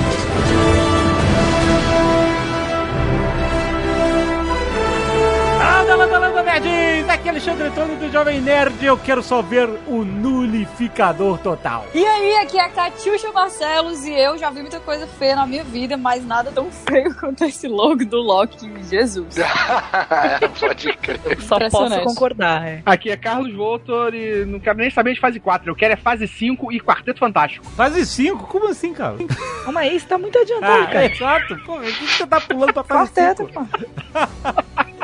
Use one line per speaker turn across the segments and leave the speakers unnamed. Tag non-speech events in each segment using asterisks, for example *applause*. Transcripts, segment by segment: Nerd.
Ah, Nerds! Aqui é Alexandre Antônio do Jovem Nerd eu quero só ver o nulificador total.
E aí, aqui é a Catiuxa Barcelos e eu já vi muita coisa feia na minha vida, mas nada tão feio *laughs* quanto esse logo do Loki, Jesus.
*laughs* Pode crer.
Só posso concordar, é.
Aqui é Carlos Voltor e não quero nem saber de fase 4, eu quero é fase 5 e Quarteto Fantástico.
Fase 5? Como assim, cara?
Calma aí, você tá muito adiantado, ah, cara.
Exato, é pô, o que você tá pulando pra fase 5?
Quarteto, pô.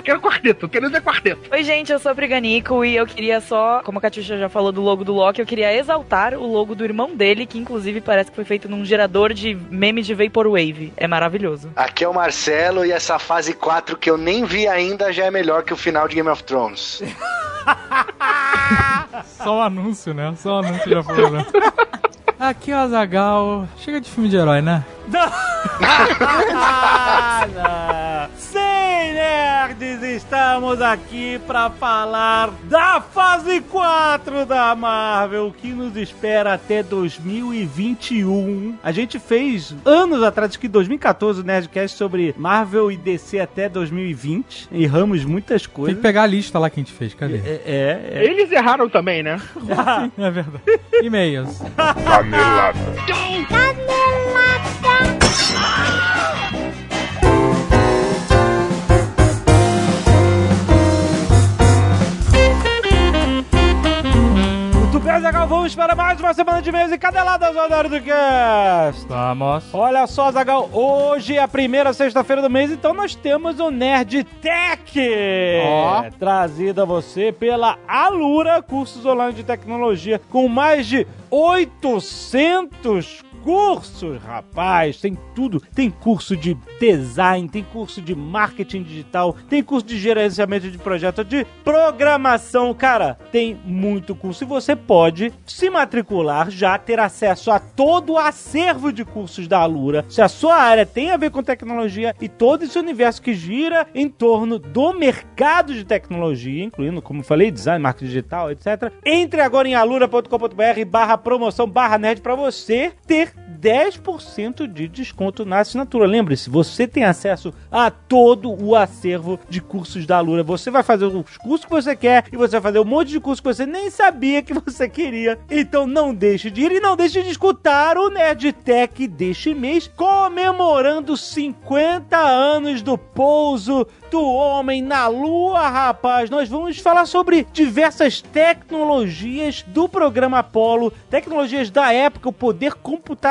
quero quarteto, quero ver quarteto.
Oi, gente, eu sou a Priganico e eu queria só, como a Catiuxa já falou do logo do Loki, eu queria exaltar o logo do irmão dele, que inclusive parece que foi feito num gerador de meme de Vaporwave. É maravilhoso.
Aqui é o Marcelo e essa fase 4 que eu nem vi ainda já é melhor que o final de Game of Thrones.
só um anúncio, né? Só um anúncio já foi, né? *laughs* Aqui é o Azagal. Chega de filme de herói, né?
Não! ah, não. Sim, nerds, estamos aqui para falar da fase 4 da Marvel, o que nos espera até 2021. A gente fez anos atrás, acho que 2014, o Nerdcast sobre Marvel e DC até 2020. Erramos muitas coisas.
Tem que pegar a lista lá que a gente fez, cadê?
É, é,
é. Eles erraram também, né?
Ah, é verdade. E-mails.
Canelada.
Canelada.
Beleza, Zagal, vamos para mais uma semana de mês e caneladas ao do Cast.
Vamos.
Olha só, Zagal, hoje é a primeira sexta-feira do mês, então nós temos o Nerd Tech.
Ó.
Trazido É a você pela Alura, cursos online de tecnologia, com mais de 800 cursos, rapaz. Tem tudo. Tem curso de design, tem curso de marketing digital, tem curso de gerenciamento de projeto, de programação. Cara, tem muito curso. E você pode se matricular já, ter acesso a todo o acervo de cursos da Alura. Se a sua área tem a ver com tecnologia e todo esse universo que gira em torno do mercado de tecnologia, incluindo, como eu falei, design, marketing digital, etc. Entre agora em alura.com.br barra promoção barra nerd para você ter 10% de desconto na assinatura. Lembre-se, você tem acesso a todo o acervo de cursos da Alura. Você vai fazer os cursos que você quer e você vai fazer um monte de cursos que você nem sabia que você queria. Então não deixe de ir e não deixe de escutar o Nerdtech deste mês, comemorando 50 anos do pouso do homem na Lua, rapaz. Nós vamos falar sobre diversas tecnologias do programa Apollo, tecnologias da época, o poder computacional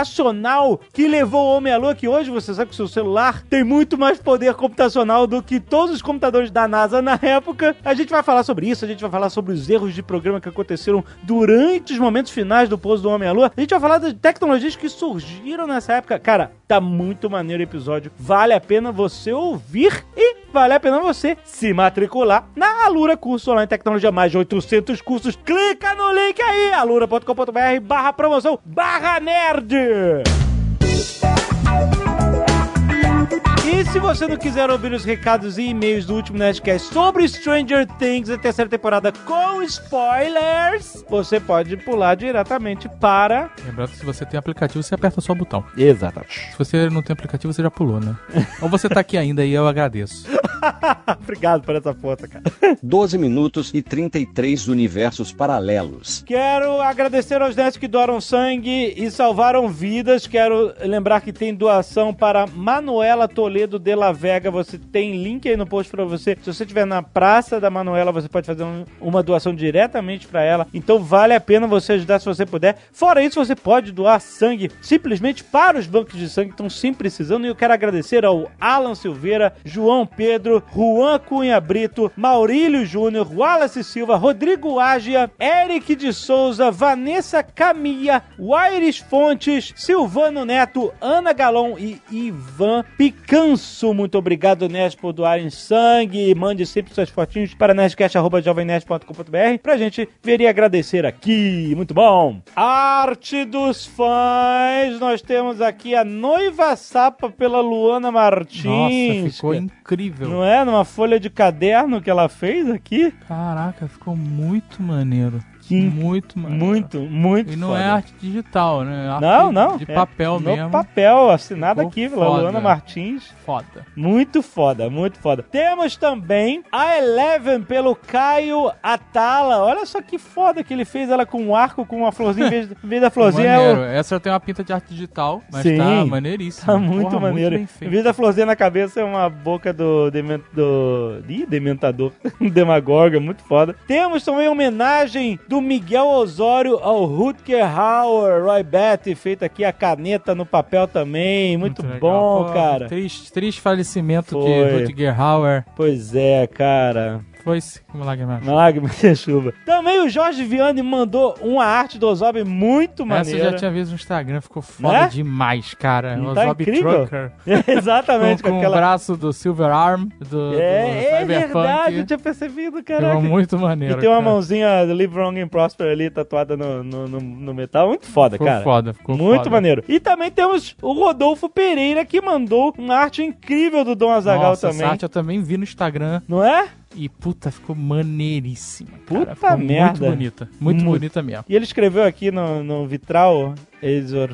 que levou o homem à lua, que hoje você sabe que o seu celular tem muito mais poder computacional do que todos os computadores da NASA na época. A gente vai falar sobre isso, a gente vai falar sobre os erros de programa que aconteceram durante os momentos finais do pouso do homem à lua. A gente vai falar das tecnologias que surgiram nessa época. Cara, tá muito maneiro o episódio. Vale a pena você ouvir e vale a pena você se matricular na Alura Curso Online Tecnologia. Mais de 800 cursos. Clica no link aí, alura.com.br barra promoção barra nerd. E se você não quiser ouvir os recados e e-mails do último Nerdcast sobre Stranger Things, a terceira temporada com spoilers, você pode pular diretamente para. *laughs*
Lembrando que se você tem aplicativo, você aperta só o botão.
Exatamente.
Se você não tem aplicativo, você já pulou, né? Ou você tá aqui ainda e eu agradeço.
Obrigado por essa foto, cara.
12 minutos e 33 universos paralelos.
Quero agradecer aos nerds que doaram sangue e salvaram vidas. Quero lembrar que tem doação para Manuela Toledo de La Vega. Você tem link aí no post para você. Se você estiver na Praça da Manuela, você pode fazer um, uma doação diretamente para ela. Então vale a pena você ajudar se você puder. Fora isso, você pode doar sangue simplesmente para os bancos de sangue que estão sim precisando. E eu quero agradecer ao Alan Silveira, João Pedro, Juan Cunha Brito, Maurílio Júnior, Wallace Silva, Rodrigo Ágia, Eric de Souza, Vanessa Camia, Waires Fontes, Silvano Neto, Ana Galon e Ivan Picanso. Muito obrigado, Nerd, por doarem sangue. Mande sempre suas fotinhos para nerdcast.jovemnerd.com.br pra gente ver e agradecer aqui. Muito bom. Arte dos fãs. Nós temos aqui a Noiva Sapa pela Luana Martins.
Nossa, ficou incrível.
Não é? Numa folha de caderno que ela fez aqui.
Caraca, ficou muito maneiro.
manequim.
Muito, mano.
Muito, muito
E não
foda.
é arte digital, né? É arte
Não, não.
De
é
papel
no
mesmo.
papel, assinado
Ficou
aqui pela
foda.
Luana Martins.
Foda.
Muito foda, muito foda. Temos também a Eleven pelo Caio Atala. Olha só que foda que ele fez ela com um arco, com uma florzinha. Em vez, em vez da florzinha, é o,
Maneiro. Essa tem uma pinta de arte digital, mas
Sim.
tá maneiríssimo.
Tá muito
Porra,
maneiro.
bem
em
feito.
vez da florzinha na cabeça, é uma boca do, demen do... Ih, dementador. *laughs* Demagoga, muito foda. Temos também homenagem do Miguel Osório ao Rutger Hauer, Roy Batty, feito aqui a caneta no papel também. Muito,
legal.
bom,
Pô,
cara.
Triste, triste falecimento
Foi.
de Rutger Hauer.
Pois é, cara.
Foi como lágrima.
Uma lágrima *laughs* de chuva. Também o Jorge Vianney mandou uma arte do Ozob muito
Essa eu já
maneira.
tinha visto no Instagram, ficou foda
Né?
demais, cara.
Não
o
tá
Zombie
incrível?
Trucker. Com,
*laughs* Exatamente,
com
com
o
aquela...
braço do Silver Arm, do, do
É, é
Cyberpunk.
verdade, eu tinha percebido,
Ficou
caraca.
muito maneiro.
E tem uma
cara.
mãozinha do Live Wrong and Prosper ali tatuada no, no, no- no metal. Muito foda,
Ficou
cara.
foda, ficou
Muito
foda.
maneiro. E também temos o Rodolfo Pereira que mandou uma arte incrível do Dom Azagal
Nossa,
também.
Essa arte é eu também vi no Instagram
Não é?
e, puta, ficou maneiríssima.
Puta
cara. Ficou
merda. Hum.
Muito bonita. Muito,
Muito.
bonita mesmo.
E ele escreveu aqui no, no vitral exor...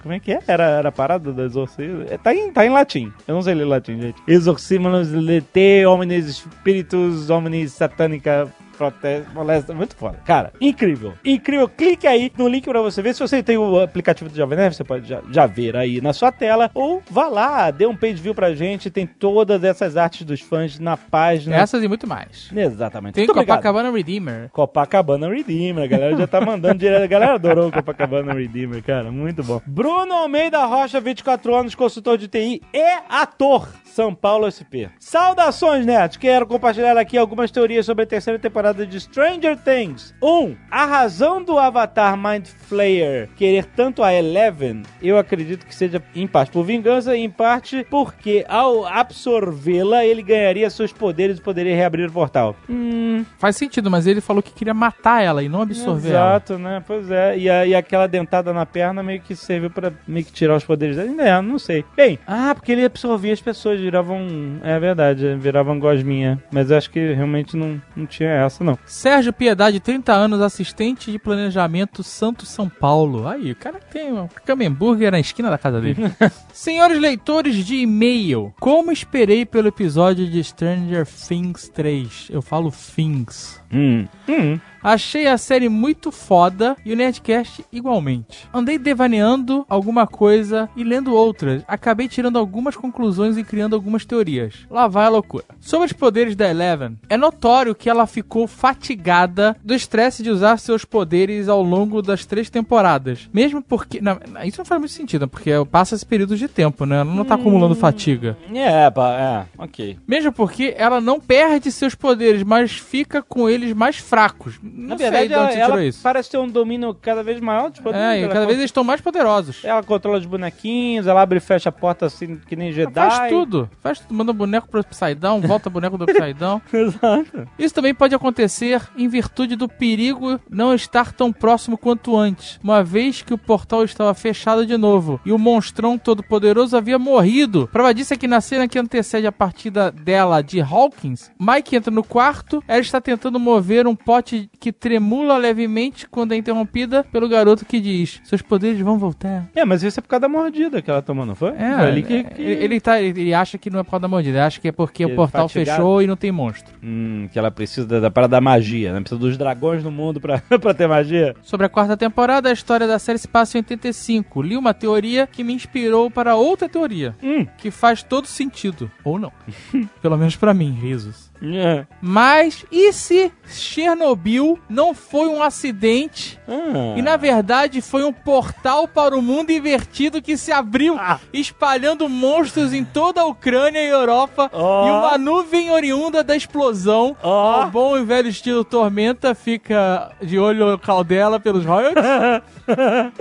Como é que é? Era, era a parada do exorcismo? É, tá, em, tá em latim. Eu não sei ler latim, gente. Exorcimus lete omnes spiritus omnes satanica prote- molesta. Muito foda. Cara, incrível. Incrível. Clique aí no link pra você ver. Se você tem o aplicativo do Jovem Nerd, você pode já, já ver aí na sua tela. Ou vá lá, dê um page view pra gente. Tem todas essas artes dos fãs na página.
Essas e muito mais.
Exatamente.
Tem
Né? Muito obrigado.
Copacabana Redeemer.
*laughs* Copacabana Redeemer, a galera já tá mandando direto. A galera adorou o Copacabana Redeemer, cara, muito bom. Bruno Almeida Rocha, 24 anos, consultor de TI e ator, São Paulo SP. Saudações, nerds! Quero compartilhar aqui algumas teorias sobre a terceira temporada de Stranger Things. 1. Um, a razão do Avatar Mind Flayer querer tanto a Eleven, eu acredito que seja em parte por vingança e em parte porque ao absorvê-la, ele ganharia seus poderes e poderia reabrir o portal.
Faz sentido, mas ele falou que queria matar ela e não absorver ela.
Exato, né? Pois é. E, a- e aquela dentada na perna meio que serviu pra meio que tirar os poderes dele. É, não sei. Bem, ah, porque ele absorvia as pessoas, viravam. É verdade, viravam gosminha. Mas eu acho que realmente não, não tinha essa, não.
Sérgio Piedade, 30 anos, assistente de planejamento Santo São Paulo. Aí, o cara tem um camembert na esquina da
*laughs*
casa dele. Senhores leitores de e-mail, como esperei pelo episódio de Stranger Things 3? Eu falo Things.
Hum. Hum.
Achei a série muito foda e o Nerdcast igualmente. Andei devaneando alguma coisa e lendo outras. Acabei tirando algumas conclusões e criando algumas teorias. Lá vai a loucura. Sobre os poderes da Eleven, é notório que ela ficou fatigada do estresse de usar seus poderes ao longo das três temporadas. Mesmo porque. não, isso não faz muito sentido, né? porque passa esse período de tempo, né? Ela não tá acumulando
Hum.
fatiga.
É, pá, é. Ok.
Mesmo porque ela não perde seus poderes, mas fica com eles mais fracos. Não
Na verdade,
sei de onde
ela,
você tirou
ela
isso.
parece ter um domínio cada vez maior dos poderes.
É, e
Ela
cada
con-
vez eles estão mais poderosos.
Ela controla os bonequinhos, ela abre e fecha a porta assim que nem Jedi.
Faz tudo. Faz tudo. Manda um boneco pro Upside Down, volta boneco do Upside Down.
*laughs* Exato.
Isso também pode acontecer em virtude do perigo não estar tão próximo quanto antes, uma vez que o portal estava fechado de novo e o monstrão todo-poderoso havia morrido. Prova disso é que na cena que antecede a partida dela de Hawkins, Mike entra no quarto, ela está tentando mover um pote que tremula levemente quando é interrompida pelo garoto que diz: Seus poderes vão voltar.
É, mas isso é por causa da mordida que ela tomou, não foi?
É,
Foi ali que,
é,
que...
Ele, ele tá, ele, ele acha que não é por causa da mordida, ele acha que é porque
Que
o portal
fatigado.
fechou e não tem monstro.
Hum, que ela precisa da, da parada da magia, né? Precisa dos dragões no mundo pra, *laughs* pra ter magia.
Sobre a quarta temporada, a história da série se passa em 85. Li uma teoria que me inspirou para outra teoria,
Hum.
que faz todo sentido. Ou não. *laughs* Pelo menos pra mim, risos.
É.
Mas e se Chernobyl não foi um acidente
Ah.
e na verdade foi um portal para o mundo invertido que se abriu,
Ah.
espalhando monstros em toda a Ucrânia e Europa
Ó.
e uma nuvem oriunda da explosão.
Ó.
O bom e velho estilo Tormenta fica de olho caudela
*laughs*
pelos royalties.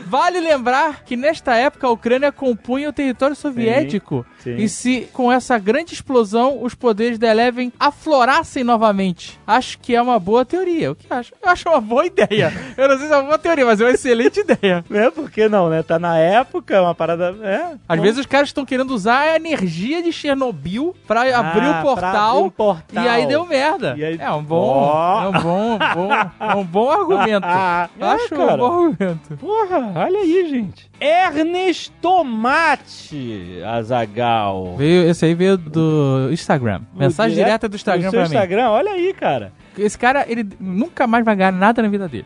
vale lembrar que nesta época a Ucrânia compunha o território soviético
sim.
e se com essa grande explosão os poderes da Eleven florassem novamente. Acho que é uma boa teoria. O que acha? Eu acho uma boa ideia. Eu não sei se é uma boa teoria, mas é uma excelente *laughs* ideia.
É, por que não, né? Tá na época, é uma parada. É.
Às
Bom,
vezes os caras estão querendo usar a energia de Chernobyl pra
ah,
abrir o
pra abrir um
portal.
portal.
E aí deu merda.
E aí-
É um bom,
Ó.
é um bom, bom- é um bom argumento.
*laughs* Ah,
Eu acho
cara.
um bom argumento.
Porra, olha aí, gente. Ernest Tomate, Azagal.
Veio, esse aí veio do Instagram. Mensagem direta do Instagram pra mim.
Instagram, olha aí,
*laughs*
cara.
Esse cara, ele nunca mais vai ganhar nada na vida dele.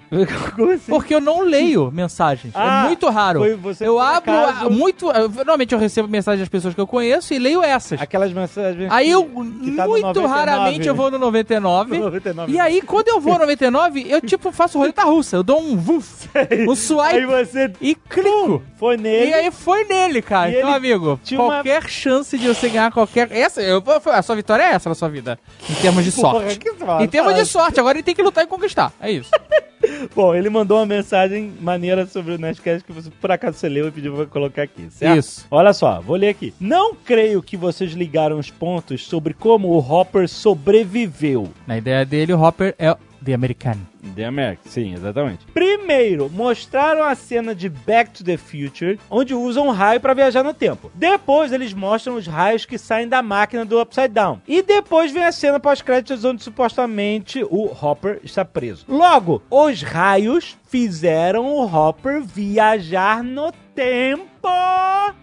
Como assim?
Porque eu não leio mensagens.
Ah,
é muito raro.
foi você
eu
por
abro
acaso-
a- muito. eu- Normalmente eu recebo mensagens das pessoas que eu conheço e leio essas.
Aquelas mensagens.
Aí eu,
que tá no
muito
99,
raramente, eu vou no 99.
99.
E aí, quando eu vou no 99, eu tipo faço roleta russa. Eu dou um vuf, um
Aí
swipe
você
e clico.
foi nele.
E aí foi nele, cara.
E
então,
ele
amigo,
tinha uma-
qualquer chance de você ganhar qualquer. Essa, eu, vou- a sua vitória é essa na sua vida. Em termos de
Porra,
sorte.
que sorte.
Em termos de sorte, agora ele tem que lutar e conquistar.
*laughs*
É isso.
Bom, ele mandou uma mensagem maneira sobre o Nerdcast que você por acaso você leu e pediu pra eu colocar aqui, certo?
Isso.
Olha só, vou ler aqui. Não creio que vocês ligaram os pontos sobre como o Hopper sobreviveu.
Na ideia dele, o Hopper é The American.
The America, sim, exatamente. Primeiro, mostraram a cena de Back to the Future, onde usam um raio pra viajar no tempo. Depois, eles mostram os raios que saem da máquina do Upside Down. E depois vem a cena pós-créditos, onde supostamente o Hopper está preso. Logo, os raios fizeram Então o Hopper viajar no tempo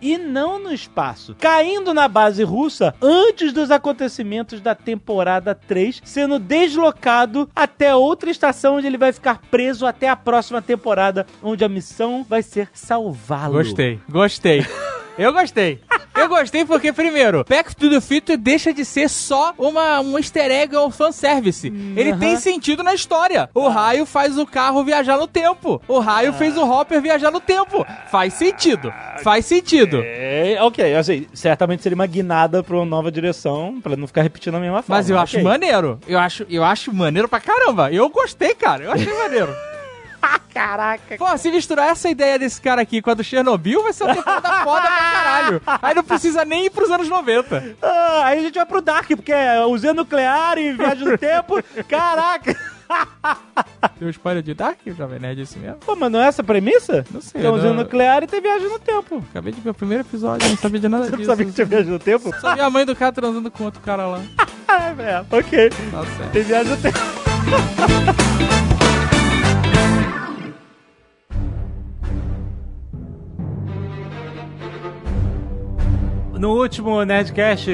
e não no espaço, caindo na base russa antes dos acontecimentos da temporada 3, sendo deslocado até outra estação onde ele vai ficar preso até a próxima temporada, onde a missão vai ser salvá-lo.
Gostei, gostei. Eu gostei. Eu gostei porque, primeiro, Back to the Future deixa de ser só uma, um easter egg ou fanservice. Ele
Hum, aham. Tá.
tem sentido na história. O raio faz o carro viajar no tempo. O raio fez o Hopper viajar no tempo. Faz sentido. Faz sentido.
É, ok, assim, certamente seria uma guinada pra uma nova direção, pra não ficar repetindo a mesma forma.
Mas eu acho
ok.
maneiro. Eu acho, eu acho maneiro pra caramba. Eu gostei, cara. Eu achei
*laughs*
maneiro. Caraca. Pô, se misturar essa ideia desse cara aqui com a do Chernobyl, vai ser uma temporada foda pra caralho. Aí não precisa nem ir pros anos 90.
Ah, aí a gente vai pro Dark, porque é usando nuclear e viagem no *laughs* tempo. Caraca!
Tem um spoiler de Dark, Jovem Nerd, é isso mesmo?
Pô, mas não é essa a premissa?
Não sei.
Tem usando
não-
nuclear e tem viagem no tempo. *laughs*
Acabei de ver o primeiro episódio, não sabia de nada
Você não
disso.
sabia que tinha viagem no tempo?
Só vi a mãe do cara transando com outro cara lá.
Ah, é, ok.
Tá certo.
Tem viagem no tempo. *laughs* No último Nerdcast,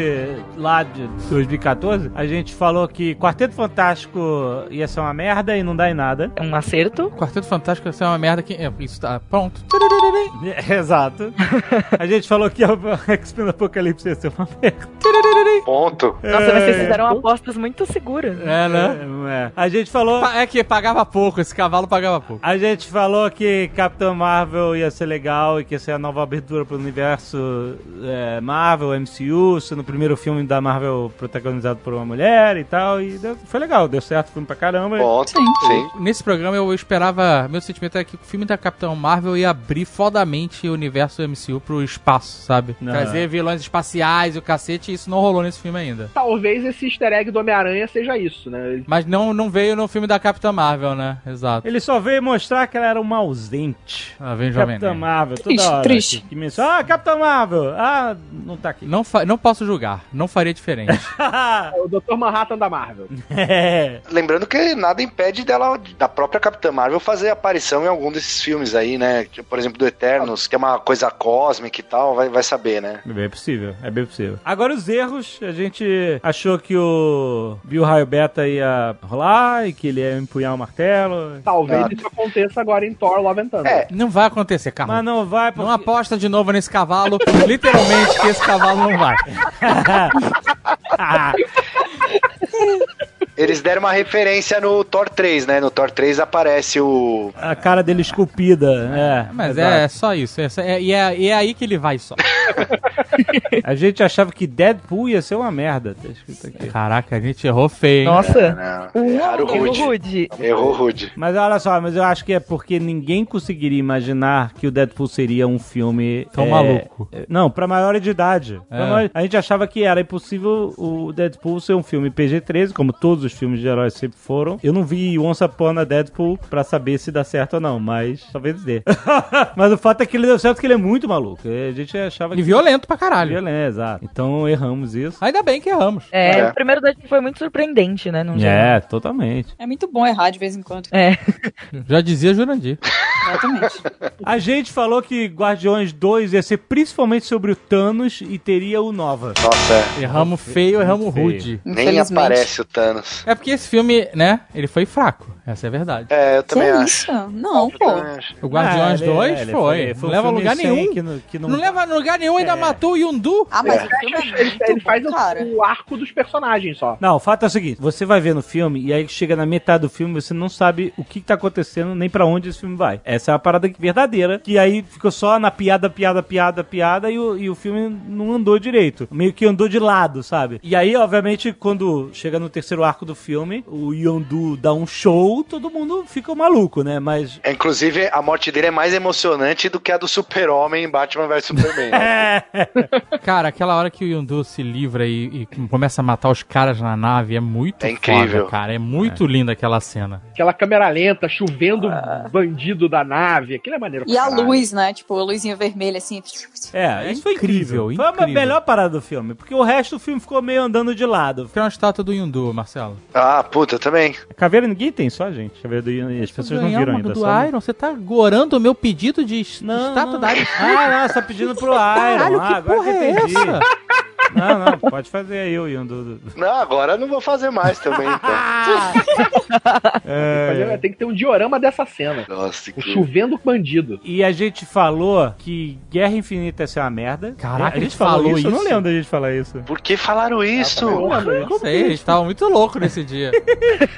lá de 2014, a gente falou que Quarteto Fantástico ia ser uma merda e não dá em
*laughs*
nada.
É um acerto.
Quarteto Fantástico, isso é uma merda que... é, Isso tá pronto.
Exato. A gente falou que *laughs* a X-Men Apocalipse ia ser uma merda.
Ponto.
Nossa, mas vocês fizeram apostas muito seguras.
É, né?
É. A gente falou...
Pa- É que pagava pouco, esse cavalo pagava pouco.
A gente falou que Capitão Marvel ia ser legal e que ia ser a nova abertura pro universo é, Marvel, MCU, sendo o primeiro filme da Marvel protagonizado por uma mulher e tal. E deu- foi legal, deu certo o filme pra caramba.
Ponto. Sim.
Nesse programa eu esperava. Meu sentimento era que o filme da Capitão Marvel ia abrir fodamente o universo do MCU pro espaço, sabe?
Não.
Trazer vilões espaciais e o cacete, e isso não rolou nesse filme ainda.
Talvez esse easter egg do Homem-Aranha seja isso, né? Ele-
Mas não, não veio no filme da Capitão Marvel, né? Exato.
Ele só veio mostrar que ela era uma ausente.
Ah, vem jovem.
Capitão
Nerd.
Marvel, toda
Triste,
hora.
triste.
Que, que menção. Ah, Capitão Marvel! Ah, não tá aqui. *laughs*
Não, fa- não posso julgar, não faria diferente.
É o Dr. Manhattan da Marvel.
é.
Lembrando que nada impede dela, da própria Capitã Marvel, fazer aparição em algum desses filmes aí, né? Tipo, Por exemplo, do Eternos, que é uma coisa cósmica e tal, vai, vai saber, né?
É bem possível, é bem possível. Agora os erros, a gente achou que o Bill Raio Beta ia rolar e que ele ia empunhar o martelo.
Talvez
Ah.
isso aconteça agora em Thor Love and Thunder.
É.
*laughs* não vai acontecer, Carlos.
Mas não é vai,
Não aposta de novo nesse cavalo, *laughs* literalmente que esse cavalo não vai.
Eles deram uma referência no Thor 3, né? No Thor 3 aparece o.
A cara dele esculpida, é.
Mas
exato.
é, é só isso. É, só- é- e, é, e é aí que ele vai só.
A gente achava que Deadpool ia ser uma merda. Tá escrito aqui.
Caraca, a gente errou feio. hein?
Nossa.
Não, erraram o
O
né? Rude.
Rude.
Errou o Rude.
Mas olha só, mas eu acho que é porque ninguém conseguiria imaginar que o Deadpool seria um filme
Tão
é,
maluco.
é, Não, pra maior de idade. Pra
É.
maior- a gente achava que era impossível o Deadpool ser um filme PG-13, como todos os filmes de heróis sempre foram. Eu não vi Once Upon a Deadpool pra saber se dá certo ou não, mas talvez
*laughs*
dê. mas o fato é que ele deu certo que ele é muito maluco. A gente achava
E
que
violento pra caralho.
violento, é, exato. Então erramos isso.
Ainda bem que erramos.
É,
É.
o primeiro Deadpool foi muito surpreendente, né?
Ah,
Não
É, totalmente.
É muito bom errar de vez em quando.
É.
Já dizia Jurandir.
Exatamente.
A gente falou que Guardiões 2 ia ser principalmente sobre o Thanos e teria o Nova.
Nossa, é.
Erramos feio, erramos
feio.
rude.
nem
Infelizmente.
aparece o Thanos.
É porque esse filme, né, ele foi fraco. Essa é a verdade.
É, eu
Que
também acho.
isso? Não,
Eu
pô.
também acho.
O Guardiões
Ah, ele-
2
é, ele
foi. Não
um
leva a
filme
lugar
sem
nenhum.
Que não, que não-
Não leva a lugar nenhum, ainda
É.
matou o Yundu.
Ah, mas o filme é
Ele,
muito
ele
bom,
faz o-
cara.
o arco dos personagens só.
Não, o fato é o seguinte: você vai ver no filme e aí chega na metade do filme você não sabe o que, que tá acontecendo nem pra onde esse filme vai. Essa é a parada que- verdadeira, que aí ficou só na piada, piada, piada, piada e o, e o filme não andou direito. Meio que andou de lado, sabe? E aí, obviamente, quando chega no terceiro arco do filme, o Yondu dá um show, todo mundo fica maluco, né? Mas.
É, Inclusive, a morte dele é mais emocionante do que a do Super-Homem em Batman vs Superman. né?
*laughs*
Cara, aquela hora que o Yundu se livra e, e começa a matar os caras na nave é muito
É incrível.
foda, cara. É muito linda aquela cena.
Aquela câmera lenta, chovendo bandido da nave. Aquilo é maneiro.
Ah. E a
caralho.
luz, né? Tipo, a luzinha vermelha, assim.
É,
É
isso foi incrível.
incrível,
Foi a
incrível.
melhor parada do filme, porque o resto do filme ficou meio andando de lado.
Tem uma estátua do Yundu, Marcelo.
Ah, puta, também.
Caveira ninguém tem, só gente. Caveira do Ian. As pessoas não
Ganhar
viram
uma
ainda.
do
só-
Iron, você tá gorando o meu pedido de es-
Não,
estátua
não.
da Iron.
Ah, não, você tá pedindo pro Iron.
Caralho,
ah,
que
agora
porra
que eu
é
entendi.
essa?
Não, não, pode fazer aí o Ian do... do-
Não, agora eu não vou fazer mais também,
*laughs*
então.
Mas é, Tem que ter um diorama dessa cena.
Nossa,
O
que...
chovendo bandido.
E a gente falou que Guerra Infinita ia ser uma merda.
Caraca,
a gente
ele falou
falou isso? Eu não
isso?
lembro da gente falar isso.
Por que falaram isso?
Tá
Não sei, eles estavam muito loucos nesse *laughs* dia.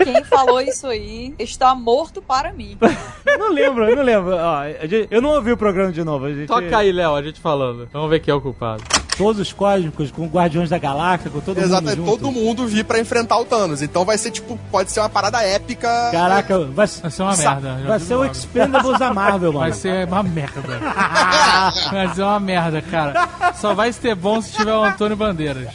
Quem falou isso aí está morto para mim.
Eu não lembro, eu não lembro. Ó, a gente- eu não ouvi o programa de novo. A gente...
Toca aí, Léo, a gente falando. Vamos ver quem é o culpado.
Todos os cósmicos, com Guardiões da Galáxia, com todo
é
Exatamente,
mundo junto.
é todo mundo vir pra enfrentar o Thanos. Então vai ser tipo, pode ser uma parada épica.
Caraca, vai, ser-
Vai ser uma
sa-
merda, já
Vai
digo
ser o
logo.
Expendables da Marvel, mano.
Vai ser uma *laughs* merda. Vai ser uma merda, cara. Só vai ser bom se tiver o Antônio Bandeiras.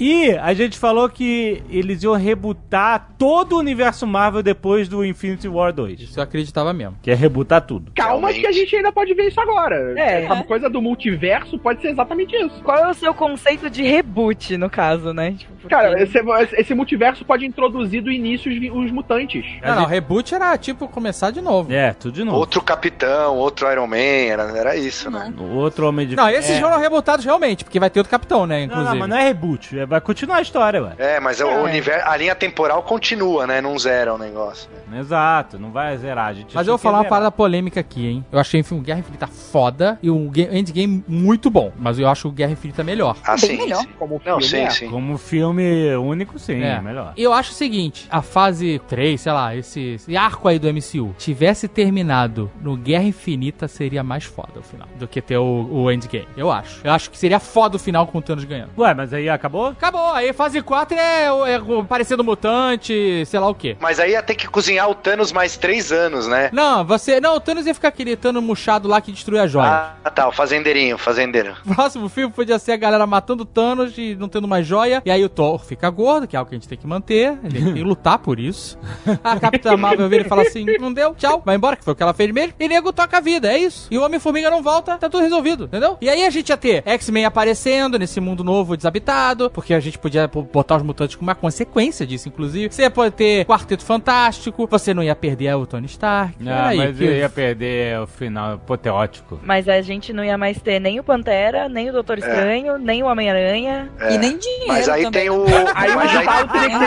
E a gente falou que eles iam rebutar todo o universo Marvel depois do Infinity War 2.
Isso eu acreditava mesmo.
Que é rebutar tudo.
Calma
Realmente.
que a gente ainda pode ver isso agora.
É.
Essa coisa do multiverso pode ser exatamente isso.
Qual é o seu conceito de reboot, no caso, né? Tipo, porque-
Cara, esse, esse multiverso pode introduzir do início os, vi- os mutantes.
A
Não, não,
gente-
reboot era tipo começar de novo.
É, tudo de novo.
Outro Capitão, outro Iron Man, era, era isso, né?
Uhum.
Outro, homem de. É.
Não, esses foram rebootados realmente, porque vai ter outro capitão, né?
Não,
Inclusive.
não, mas não é reboot. é- Vai continuar a história, ué.
É, mas o universo, a linha temporal continua, né? Não zera o negócio. né?
Exato, não vai zerar, a gente.
Mas eu vou falar uma parada polêmica aqui, hein? Eu achei o filme Guerra Infinita foda e o Ga- Endgame muito bom. Mas eu acho o Guerra Infinita melhor.
Ah,
Bem
sim,
melhor.
sim.
Como o filme
Não, sim,
é.
sim.
Como filme único, sim,
É.
é melhor.
Eu acho o seguinte, a fase 3, sei lá, esse, esse arco aí do MCU, tivesse terminado no Guerra Infinita, seria mais foda o final do que ter o, o Endgame, eu acho. Eu acho que seria foda o final com o Thanos ganhando.
Ué, mas aí acabou?
Acabou, aí fase 4 é, é o- parecendo mutante, sei lá o quê.
Mas aí ia ter que cozinhar o Thanos mais três anos, né?
Não, você. Não, o Thanos ia ficar aquele Thanos murchado lá que destrui a joia.
Ah, tá, o fazendeirinho, o fazendeiro.
O *laughs* próximo filme podia ser a galera matando o Thanos e não tendo mais joia. E aí o Thor fica gordo, que é algo que a gente tem que manter. Ele tem que lutar por isso. A Capitã Marvel vira e fala assim: não deu, tchau, vai embora, que foi o que ela fez mesmo. E nego toca a vida, é isso. E o Homem-Formiga não volta, tá tudo resolvido, entendeu? E aí a gente ia ter X-Men aparecendo nesse mundo novo desabitado, porque a gente podia pô- botar os mutantes como uma consequência disso, inclusive. Você ia poder ter Quarteto Fantástico, você não ia perder o Tony Stark.
Ah,
Peraí, que-
perder o final apoteótico.
Mas a gente não ia mais ter nem o Pantera, nem o Doutor Estranho, nem o Homem-Aranha.
É.
E nem dinheiro
Mas aí
também. Ah,
tem o.
Aí o
mas aí-
Dival teria que ser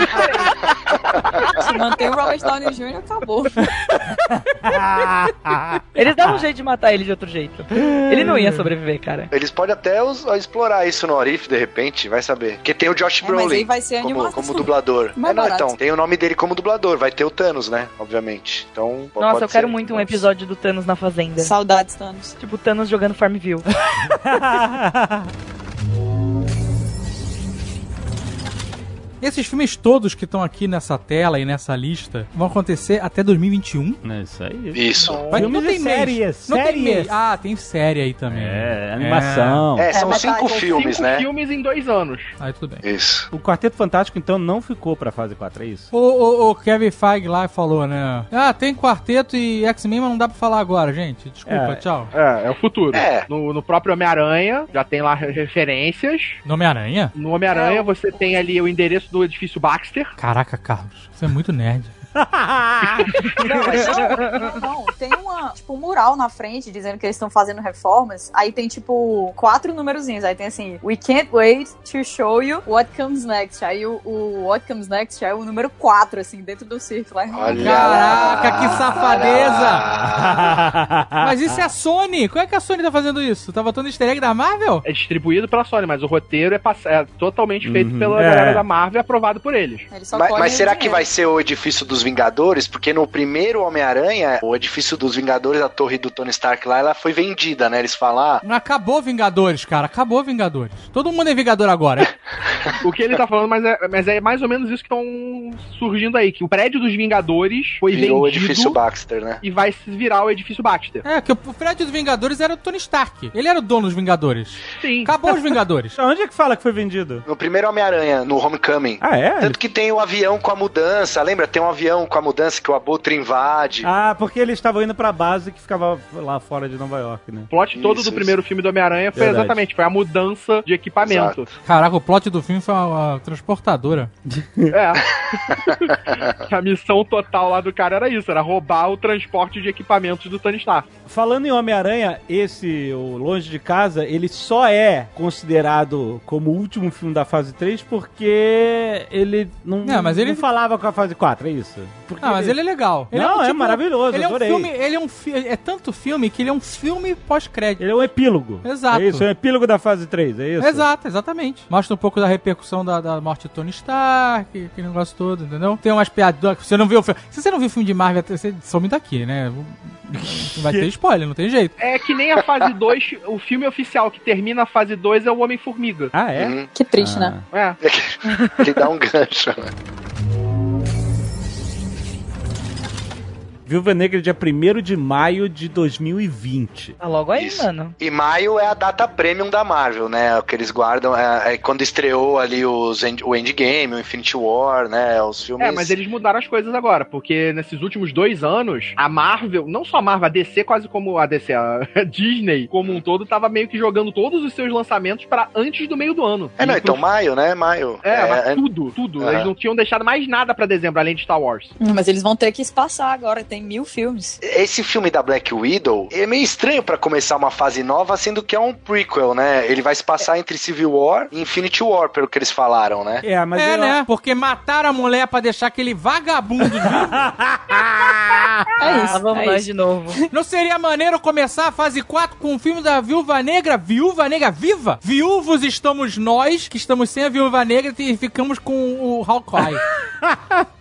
diferente.
Mantém o Robert Downey Jr. e acabou.
Eles
Ah.
davam um jeito de matar ele de outro jeito. Ele não ia sobreviver, cara.
Eles podem até os- explorar isso no Orif, de repente, vai saber. Porque tem o Josh
É, mas aí
Brolin
vai ser
como,
animação.
como dublador.
Mais
É, não,
barato.
então, tem o nome dele como dublador, vai ter o Thanos, né? Obviamente. Então, po-
Nossa,
pode
eu quero
ser.
muito um episódio do Thanos na fazenda.
Saudades, Thanos.
Tipo, Thanos jogando Farmville.
Esses filmes todos que estão aqui nessa tela e nessa lista vão acontecer até 2021?
É isso aí.
Isso.
Então.
Vai,
Filmes e
mês.
séries,
um? Não tem
séries.
mês. Ah, tem série aí também.
É, animação.
É, são
mas tá,
cinco
são
filmes, né?
filmes em dois anos.
Aí tudo bem.
Isso.
O Quarteto Fantástico, então, não ficou pra fase 4, é isso? *laughs*
O, o, o Kevin Feige lá falou, né? Ah, tem quarteto e X-Men, mas não dá pra falar agora, gente. Desculpa,
É.
tchau.
É, é o futuro.
É.
No, no próprio Homem-Aranha, já tem lá re- referências.
Nome-Aranha?
No
É,
Homem-Aranha, você tem ali o endereço do edifício Baxter.
Caraca, Carlos, você é muito nerd.
Não, não, não, tem uma, tipo, um mural na frente dizendo que eles estão fazendo reformas. Aí tem, tipo, quatro numerozinhos. Aí tem assim: We can't wait to show you what comes next. Aí o, o what comes next é o número quatro, assim, dentro do círculo. Aí,
Olha
Caraca,
lá.
que safadeza!
Mas
*laughs* Mas
ah.
isso é a Sony! Como é que a Sony tá fazendo isso? Tá botando easter egg da Marvel?
É distribuído pela Sony, mas o roteiro é, pass- é totalmente feito pela
É.
galera da Marvel e aprovado por eles.
Eles só
Mas,
colhem
mas
o
será
dinheiro.
que vai ser o edifício dos Vingadores? Porque no primeiro Homem-Aranha, o edifício dos Vingadores, a torre do Tony Stark lá, ela foi vendida, né? Eles falam, ah,
Não acabou Vingadores, cara. Acabou Vingadores. Todo mundo é Vingador agora.
O que ele tá falando, mas é, mas é mais ou menos isso que estão surgindo aí: que o prédio dos Vingadores foi
virou o
vendido
edifício Baxter, né?
e vai se virar o edifício Baxter.
É, que o Fred dos Vingadores era o Tony Stark. Ele era o dono dos Vingadores.
Sim.
Acabou os Vingadores.
onde é que fala que foi vendido?
No primeiro Homem-Aranha, no Homecoming.
Ah, é?
Tanto que tem o avião com a mudança, lembra? Tem um avião com a mudança que o Abutre invade.
Ah, porque eles estavam indo pra base que ficava lá fora de Nova York, né?
O plot todo
Isso,
do primeiro filme do Homem-Aranha foi
Verdade.
exatamente, foi a mudança de equipamento.
Caraca, o plot do filme foi uma, uma transportadora.
É.
*laughs*
a missão total lá do cara era isso, era roubar o transporte de equipamentos do Tony Stark.
Falando em Homem-Aranha, esse, o Longe de Casa, ele só é considerado como o último filme da fase 3 porque ele não,
Não, mas ele-
não falava com a fase 4, é isso? Porque
Ah, mas ele é legal. Ele
Não,
um
é maravilhoso,
Ele é um
adorei.
filme. Ele é um fi- É tanto filme que ele é um filme pós-crédito.
Ele é um epílogo.
Exato.
É isso, é um epílogo da fase 3, é isso?
Exato, exatamente. Mostra um pouco da repercussão da, da morte do Tony Stark, aquele negócio todo, entendeu? Tem umas piadas. Você não viu o filme. Se você não viu o filme de Marvel, você some daqui, né?
*laughs*
Vai ter spoiler, não tem jeito.
É que nem
*laughs*
a fase 2, o filme oficial que termina a fase 2 é o Homem-Formiga.
Ah, é?
Uhum.
Que triste, né?
É.
Ele dá um gancho, né?
Viúva Negra dia 1 de maio de 2020.
Tá logo aí,
Isso.
mano.
E maio é a data premium da Marvel, né? O que eles guardam é, é quando estreou ali os End- o Endgame, o Infinity War, né? Os filmes.
É, mas eles mudaram as coisas agora, porque nesses últimos dois anos, a Marvel, não só a Marvel, a DC, quase como a DC, a *laughs* Disney como um todo, tava meio que jogando todos os seus lançamentos pra antes do meio do ano.
É, não, então maio, né? Maio.
É, mas
é-
tudo, tudo.
é.
Eles não tinham deixado mais nada pra dezembro, além de Star Wars.
Hum, Mas eles vão ter que espaçar agora, tem mil filmes.
Esse filme da Black Widow é meio estranho pra começar uma fase nova, sendo que é um prequel, né? Ele vai se passar entre Civil War e Infinity War, pelo que eles falaram, né?
É, mas
é,
eu-
né? Porque mataram a mulher pra deixar aquele vagabundo vivo.
É isso.
Ah, vamos
é
nós
isso.
de novo.
Não seria maneiro começar a fase 4 com o filme da Viúva Negra? Viúva Negra viva? Viúvos estamos nós, que estamos sem a Viúva Negra e ficamos com o Hawkeye.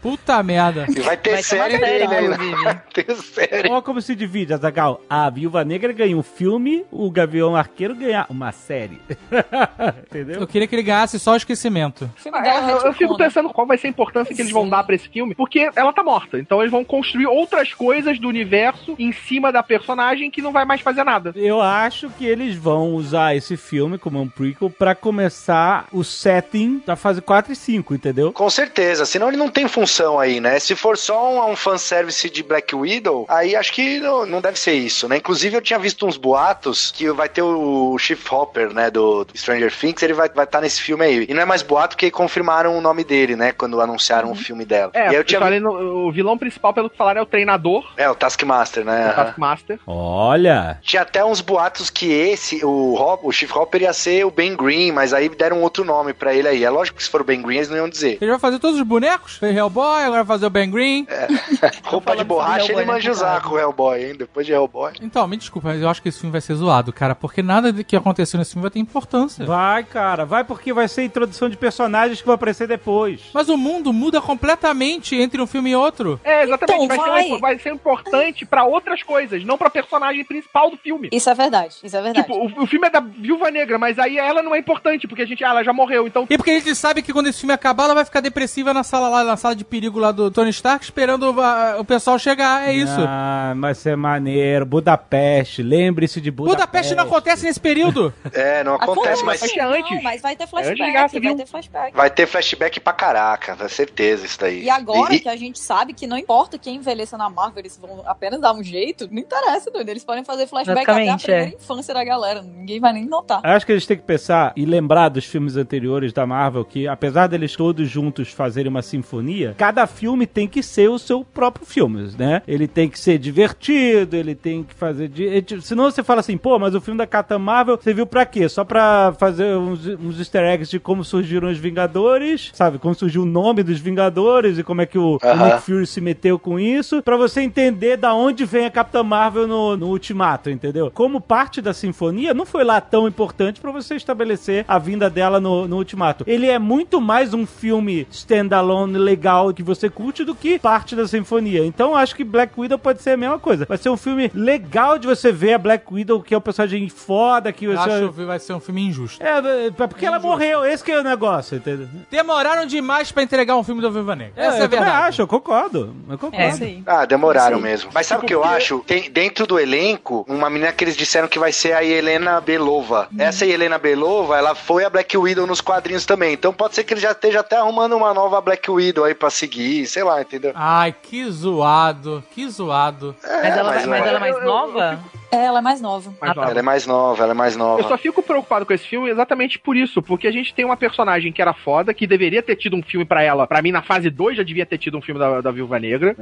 Puta merda.
E vai ter
Vai ter
série
é uma
dele,
série,
né?
inclusive.
Vai ter série.
Olha como se divide, Azagal. A Viúva Negra ganha um filme, o Gavião Arqueiro ganha uma série. *laughs*
Eu
Entendeu?
quero que ele ganhasse só o esquecimento.
O filme dela é
eu, eu fico
retcon, né?
pensando qual vai ser a importância que eles vão
Sim.
dar pra esse filme, porque ela tá morta. Então eles vão construir outras coisas do universo em cima da personagem que não vai mais fazer nada.
Eu acho que eles vão usar esse filme como um prequel pra começar o setting da fase 4 e 5, entendeu?
Com certeza, senão ele não tem função aí, né? Se for só um, um fanservice de Black Widow, aí acho que não, não deve ser isso, né? Inclusive eu tinha visto uns boatos que vai ter o Chief Hopper, né, do, do Stranger Things, ele vai estar vai tá nesse filme aí. E não é mais boato porque confirmaram o nome dele, né, quando anunciaram o filme dela.
É,
e aí
eu tinha... o vilão principal, pelo que falaram, é o treinador.
É, o Taskmaster, né?
O Taskmaster.
Olha!
Tinha até uns boatos que esse, o, Hop, o Chief Hopper ia ser o Ben Green, mas aí deram outro nome pra ele aí. É lógico que se for o Ben Green, eles não iam dizer.
Ele vai fazer todos os bonecos? Fez Hellboy, agora vai fazer o Ben Green.
É. Roupa de borracha,
né,
ele manja o saco, o Hellboy, hein? Depois de Hellboy.
Então, me desculpa, mas eu acho que esse filme vai ser zoado, cara, porque nada do que aconteceu nesse filme vai ter importância.
Vai, cara, vai porque vai ser introdução de personagens que vão aparecer depois.
Mas o mundo muda completamente entre um filme e outro.
É, exatamente. vai, Ser, vai ser importante pra outras coisas, não pra personagem principal do filme.
Isso é verdade, isso é verdade.
Tipo, o, o filme é da Viúva Negra, mas aí ela não é importante, porque a gente, ah, ela já morreu, então...
E porque a gente sabe que quando esse filme acabar, ela vai ficar depressiva na sala lá, na sala de perigo lá do Tony Stark, esperando o, o pessoal chegar, é isso.
Ah, mas é maneiro. Budapeste, lembre-se de Budapeste.
Budapeste não acontece nesse período.
É,
Ah,
não acontece, mas...
Acho que é antes.
Não, mas vai ter
antes de
flashback,
Guerra
vai
Civil.
ter flashback.
Vai ter flashback pra caraca, com certeza isso daí.
E agora
E-
que a gente sabe que não importa quem envelheça na Marvel, eles vão apenas dar um jeito, não interessa, doido. Eles podem fazer flashback até a
Exatamente,
primeira
é.
infância da galera. Ninguém vai nem notar.
Eu Acho que a gente tem que pensar e lembrar dos filmes anteriores da Marvel que, apesar deles todos juntos fazerem uma sinfonia, cada filme tem que ser o seu próprio filme, né? Ele tem que ser divertido, ele tem que fazer. Di... é, tipo, Senão você fala assim, pô, mas o filme da Capitã Marvel você viu pra quê? Só pra fazer uns, uns easter eggs de como surgiram os Vingadores, sabe? Como surgiu o nome dos Vingadores e como é que o, o
Aham.
Nick Fury se meteu com isso, pra você entender da onde vem a Capitã Marvel no, no Ultimato, entendeu? Como parte da sinfonia, não foi lá tão importante pra você estabelecer a vinda dela no, no Ultimato. Ele é muito mais um filme standalone legal que você curte do que parte da sinfonia. Então acho que Black Widow pode ser a mesma coisa. Vai ser um filme legal de você ver a Black Widow, que é um personagem foda, que
*laughs* Eu
você.
acho que vai ser um filme injusto.
É, é, porque ela morreu, esse que é o negócio, entendeu?
Demoraram demais pra entregar um filme do Viva Negra. Essa é, a
eu também
verdade.
acho, eu concordo. Eu concordo.
É.
Isso aí.
Ah, demoraram
Sim. Tipo,
mesmo. Mas sabe o que eu acho? Tem dentro do elenco uma menina que eles disseram que vai ser a Helena Belova.
Hum.
Essa Helena Belova, ela foi a Black Widow nos quadrinhos também. Então pode ser que ele já esteja até arrumando uma nova Black Widow aí pra seguir, sei lá, entendeu?
Ai, que zoado, que zoado.
Mas ela,
mas
mas ela é
eu-
mais
eu- eu
nova?
É, ela é mais nova.
Mas,
Ah, tá.
ó,
Ela é mais nova, ela é mais
Eu só
nova.
fico preocupado com esse filme exatamente por isso, porque a gente tem uma personagem que era foda, que deveria ter tido um filme pra ela. Pra mim, na fase 2 já devia ter tido um filme da, da Viúva Negra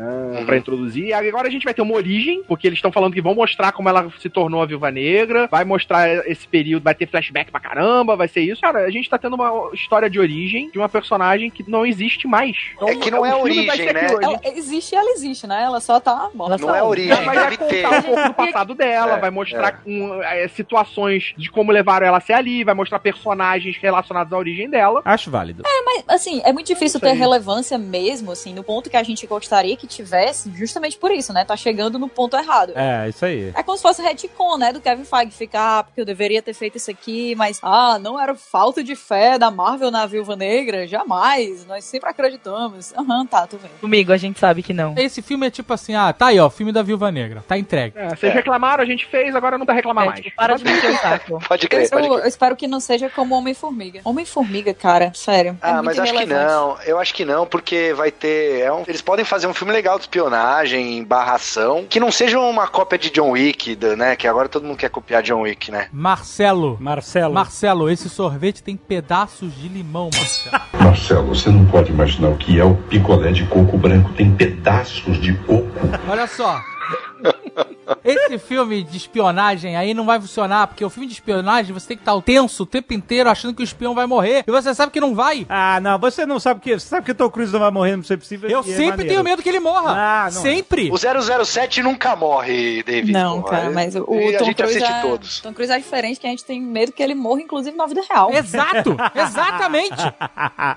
pra introduzir. E agora a gente vai ter uma origem, porque eles estão falando que vão mostrar como ela se tornou a Viúva Negra, vai mostrar esse período, vai ter flashback pra caramba, vai ser isso. Cara, a gente tá tendo uma história de origem de uma personagem que não existe mais. Então,
É que não é
o filme vai
origem,
ser
né?
aquilo, a
Ela
gente
existe e ela existe, né? Ela só tá morta.
Não é origem,
Mas vai
deve ter.
contar um pouco do passado dela,
É,
vai mostrar um, é, situações de como levaram ela a ser ali, vai mostrar personagens relacionados à origem dela.
Acho válido.
Mas, assim, é muito difícil ter relevância mesmo, assim, no ponto que a gente gostaria que tivesse, justamente por isso, né? Tá chegando no ponto errado.
É, isso aí.
É como se fosse retcon, né? Do Kevin Feige ficar, ah, porque eu deveria ter feito isso aqui, mas, ah, não era falta de fé da Marvel na Viúva Negra, jamais, nós sempre acreditamos. Aham, tá, tô vendo.
Comigo, a gente sabe que não.
Esse filme é tipo assim, ah, tá aí, ó, filme da Viúva Negra, tá entregue.
É, vocês reclamaram, a gente fez, agora não tá reclamar
É,
mais.
tipo, para de mexer o saco.
Pode
Eu,
crer, pode
eu
crer.
espero que não seja como Homem-Formiga. Homem-Formiga, cara, sério. é
Ah,
muito
mas acho que
irrelevante.
não. Eu acho que não, porque vai ter. é um- eles podem fazer um filme legal de espionagem, barração, que não seja uma cópia de John Wick, do- né? Que agora todo mundo quer copiar John Wick, né?
Marcelo.
Marcelo.
Marcelo, esse sorvete tem pedaços de limão, Marcelo.
*laughs* Marcelo, você não pode imaginar o que é o picolé de coco branco. Tem pedaços de coco.
Olha só. Esse filme de espionagem aí não vai funcionar, porque o filme de espionagem você tem que estar tenso o tempo inteiro achando que o espião vai morrer. E você sabe que não vai.
Ah, não, você não sabe que. Você sabe que o Tom Cruise não vai morrer, não sei possível.
Eu
e é
sempre
maneiro.
tenho medo que ele morra.
Ah, não.
sempre.
O 007 nunca morre, David.
Não,
Pô,
cara,
aí-
mas o, o
e a
Tom
gente
Cruise
assiste
é...
todos.
Tom Cruise é diferente, que a gente tem medo que ele morra, inclusive, na vida real.
Exato, exatamente.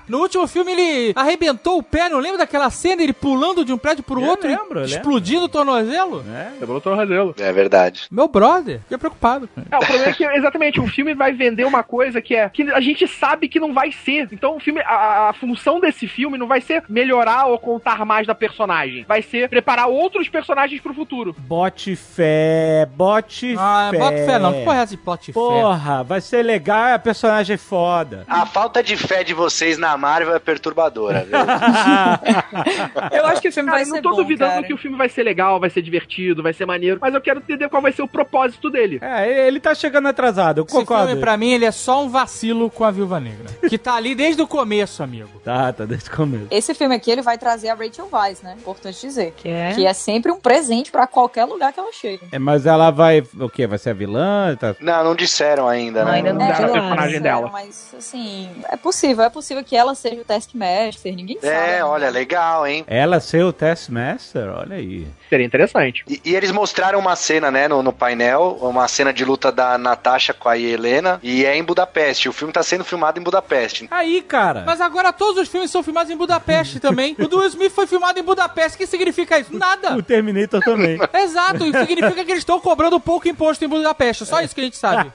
No último filme ele arrebentou o pé, não lembra daquela cena ele pulando de um prédio pro
Eu
outro, e
lembro, eu lembro.
explodindo o tornozelo?
É,
pelo Tom Razelo.
É verdade.
Meu brother, fiquei preocupado. cara.
É, o problema é que, exatamente, o filme vai vender uma coisa que é que a gente sabe que não vai ser. Então, o filme, a, a função desse filme não vai ser melhorar ou contar mais da personagem. Vai ser preparar outros personagens pro futuro.
Bote fé, bote
Ah,
fé.
bota fé não. Que porra é essa de plot fé?
Porra, vai ser legal, a personagem é
*laughs*
foda.
A falta de fé de vocês na Marvel é perturbadora,
*laughs*
viu?
*laughs* Eu acho que o filme vai
Cara, eu
ser
não tô
bom,
duvidando
cara.
que o filme vai ser legal, vai ser divertido, vai ser maneiro, mas eu quero entender qual vai ser o propósito dele.
É, ele tá chegando atrasado, eu
Esse filme,
concordo.
pra mim, ele é só um vacilo com a Viúva Negra. Que tá ali desde o começo, amigo.
Tá, tá desde o começo.
Esse filme aqui, ele vai trazer a Rachel Weisz, né? Importante dizer.
Que é?
Que é sempre um presente pra qualquer lugar que ela chegue.
É, mas ela vai. O quê? Vai ser a vilã? Tá...
Não, não disseram ainda,
Não,
né?
ainda não
É,
dá pra
claro,
personagem dela.
Mas, assim, é possível. É possível que ela seja o Taskmaster. Ninguém sabe.
É,
né?
olha, legal, hein?
Ela ser o Taskmaster? Olha aí.
Seria interessante.
E, e eles mostraram uma cena, né, no, no painel, uma cena de luta da Natasha com a Helena, e é em Budapeste. O filme tá sendo filmado em Budapeste.
Aí, cara.
Mas agora todos os filmes são filmados
*laughs*
em Budapeste também. O do Will Smith foi filmado em Budapeste. O que significa isso? Nada.
O Terminator também.
Exato. Isso significa que eles estão cobrando pouco imposto em Budapeste. Só isso que a gente sabe.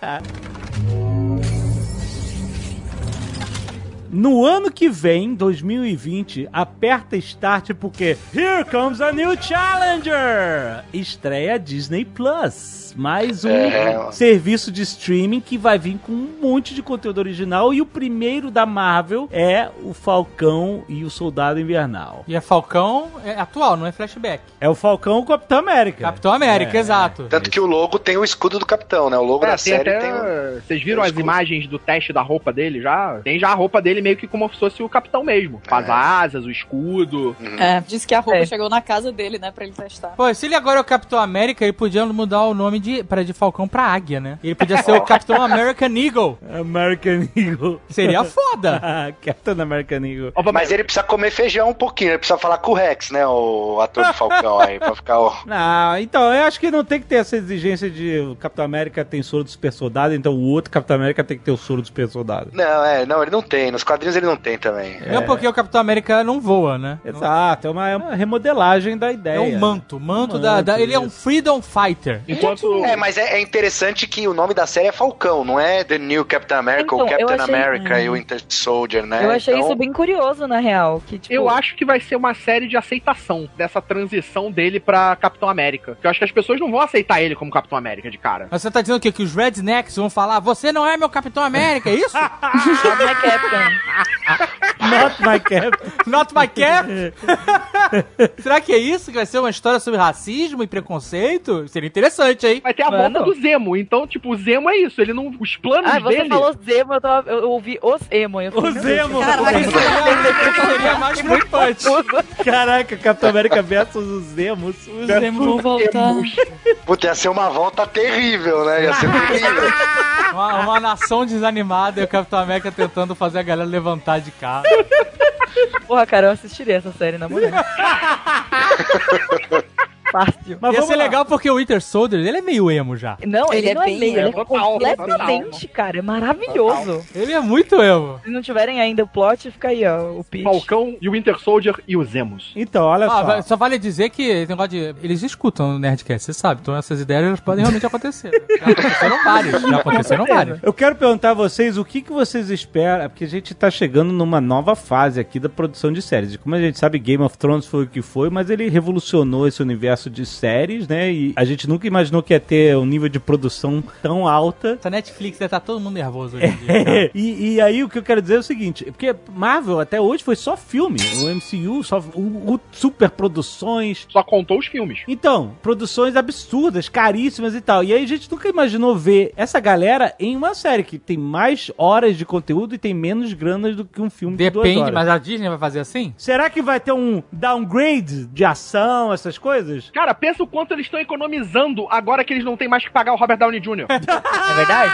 No ano que vem, 2020, aperta start porque Here Comes a New Challenger! Estreia Disney Plus. Mais um
É, ó.
serviço de streaming que vai vir com um monte de conteúdo original. E o primeiro da Marvel é o Falcão e o Soldado Invernal.
E a Falcão é atual, não é flashback.
É o Falcão e o Capitão América.
Capitão América,
É,
exato.
Tanto que o logo tem o escudo do capitão, né? O logo
É,
da
tem
série
até-
tem um o...
Vocês viram
tem
as
escudo.
imagens do teste da roupa dele já? Tem já a roupa dele meio que como se fosse o capitão mesmo. Com as
É.
asas, o escudo.
Hum.
É, diz que a roupa
É.
chegou na casa dele, né? Pra ele testar.
Pô, se ele agora é o Capitão América, ele podia mudar o nome de, pra, de Falcão pra Águia, né? Ele podia ser o Capitão American Eagle.
American Eagle. *laughs*
Seria foda.
Capitão American Eagle.
Ó,
Mas ele precisa comer feijão um pouquinho, ele precisa falar com o Rex, né? O ator do Falcão aí, pra ficar. Ó.
Não, então, eu acho que não tem que ter essa exigência de o Capitão América tem soro do super soldado, então o outro Capitão América tem que ter o soro do super soldado.
*laughs* Não, é, não, ele não tem. Nos quadrinhos ele não tem também.
Não porque o Capitão América não voa, né?
É. Exato, é uma, é uma remodelagem da
É
ideia.
um manto, manto da, da-
manto,
Ele é um freedom fighter.
Enquanto.
É, mas é, é interessante que o nome da série é Falcão, não é The New Captain America ou
Então, eu
Captain
achei-
America e Winter Soldier, né?
Eu achei
Então,
isso bem curioso, na real. Que,
É
tipo, *laughs*
Eu acho que vai ser uma série de aceitação dessa transição dele pra Capitão América. Que eu acho que as pessoas não vão aceitar ele como Capitão América de cara.
Mas você tá dizendo o quê? Que os rednecks vão falar, você não é meu Capitão América, é isso?
Not my captain.
*laughs* Not my cap.
*laughs* Not
*laughs*
my cap? Será que é isso? Que vai ser uma história sobre racismo e preconceito? Seria interessante, hein?
Vai ter a
Mano.
volta do Zemo. Então, tipo, o Zemo é isso. Ele não. Os planos
Ah, você
dele.
falou Zemo, eu, tava, eu ouvi os Emo. Eu
O
falei, meu Deus,
Zemo!
Aí seria, seria mais preocupante.
Caraca, Capitão América versus o Zemo. Os Zemo
vou voltar.
Puta, ia ser uma volta terrível, né? Ia ser
*laughs*
terrível.
Uma, uma nação desanimada e o Capitão América tentando fazer a galera levantar de casa.
Porra, cara, eu assistiria essa série, na moral. Fácil.
Mas
Ia
vamos
ser
lá.
legal porque o Winter Soldier, ele é meio emo já.
Não, ele,
Ele é
não é
bem
meio, ele é
emo, total,
completamente, cara. É maravilhoso.
Ele é muito emo.
Se não tiverem ainda o plot, fica aí, ó, o pitch.
Falcão e o Winter Soldier e os Zemos.
Então, olha
Ah, va-
só.
só vale dizer que esse negócio de. Eles escutam o Nerdcast, você sabe. Então essas ideias elas podem realmente acontecer. Já aconteceram vários. Já aconteceram vários.
Eu quero perguntar a vocês o que, que vocês esperam, porque a gente tá chegando numa nova fase aqui da produção de séries. E Como a gente sabe, Game of Thrones foi o que foi, mas ele revolucionou esse universo de séries, né? E a gente nunca imaginou que ia ter um nível de produção tão alta.
Essa Netflix deve estar todo mundo nervoso hoje em dia. cara.
e, e aí o que eu quero dizer é o seguinte, porque Marvel até hoje foi só filme, o MCU, só o, o super produções,
Só contou os filmes.
então, produções absurdas, caríssimas e tal. E aí a gente nunca imaginou ver essa galera em uma série que tem mais horas de conteúdo e tem menos grana do que um filme de *laughs* duas
Depende,
horas.
mas a Disney vai fazer assim?
Será que vai ter um downgrade de ação, essas coisas?
Cara, pensa o quanto eles estão economizando agora
É
que eles não têm mais que pagar o Robert Downey Jr.
É verdade?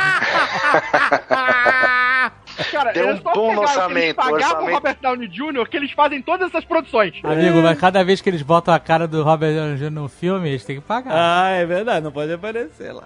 Cara,
Deu
era
um
só
bom
pegar
orçamento,
o que eles pagavam
orçamento.
o Robert Downey Jr., que eles fazem todas essas produções.
Amigo, mas cada vez que eles botam a cara do Robert Downey Jr. no filme, eles têm que pagar.
Ah, é verdade, não pode aparecer lá.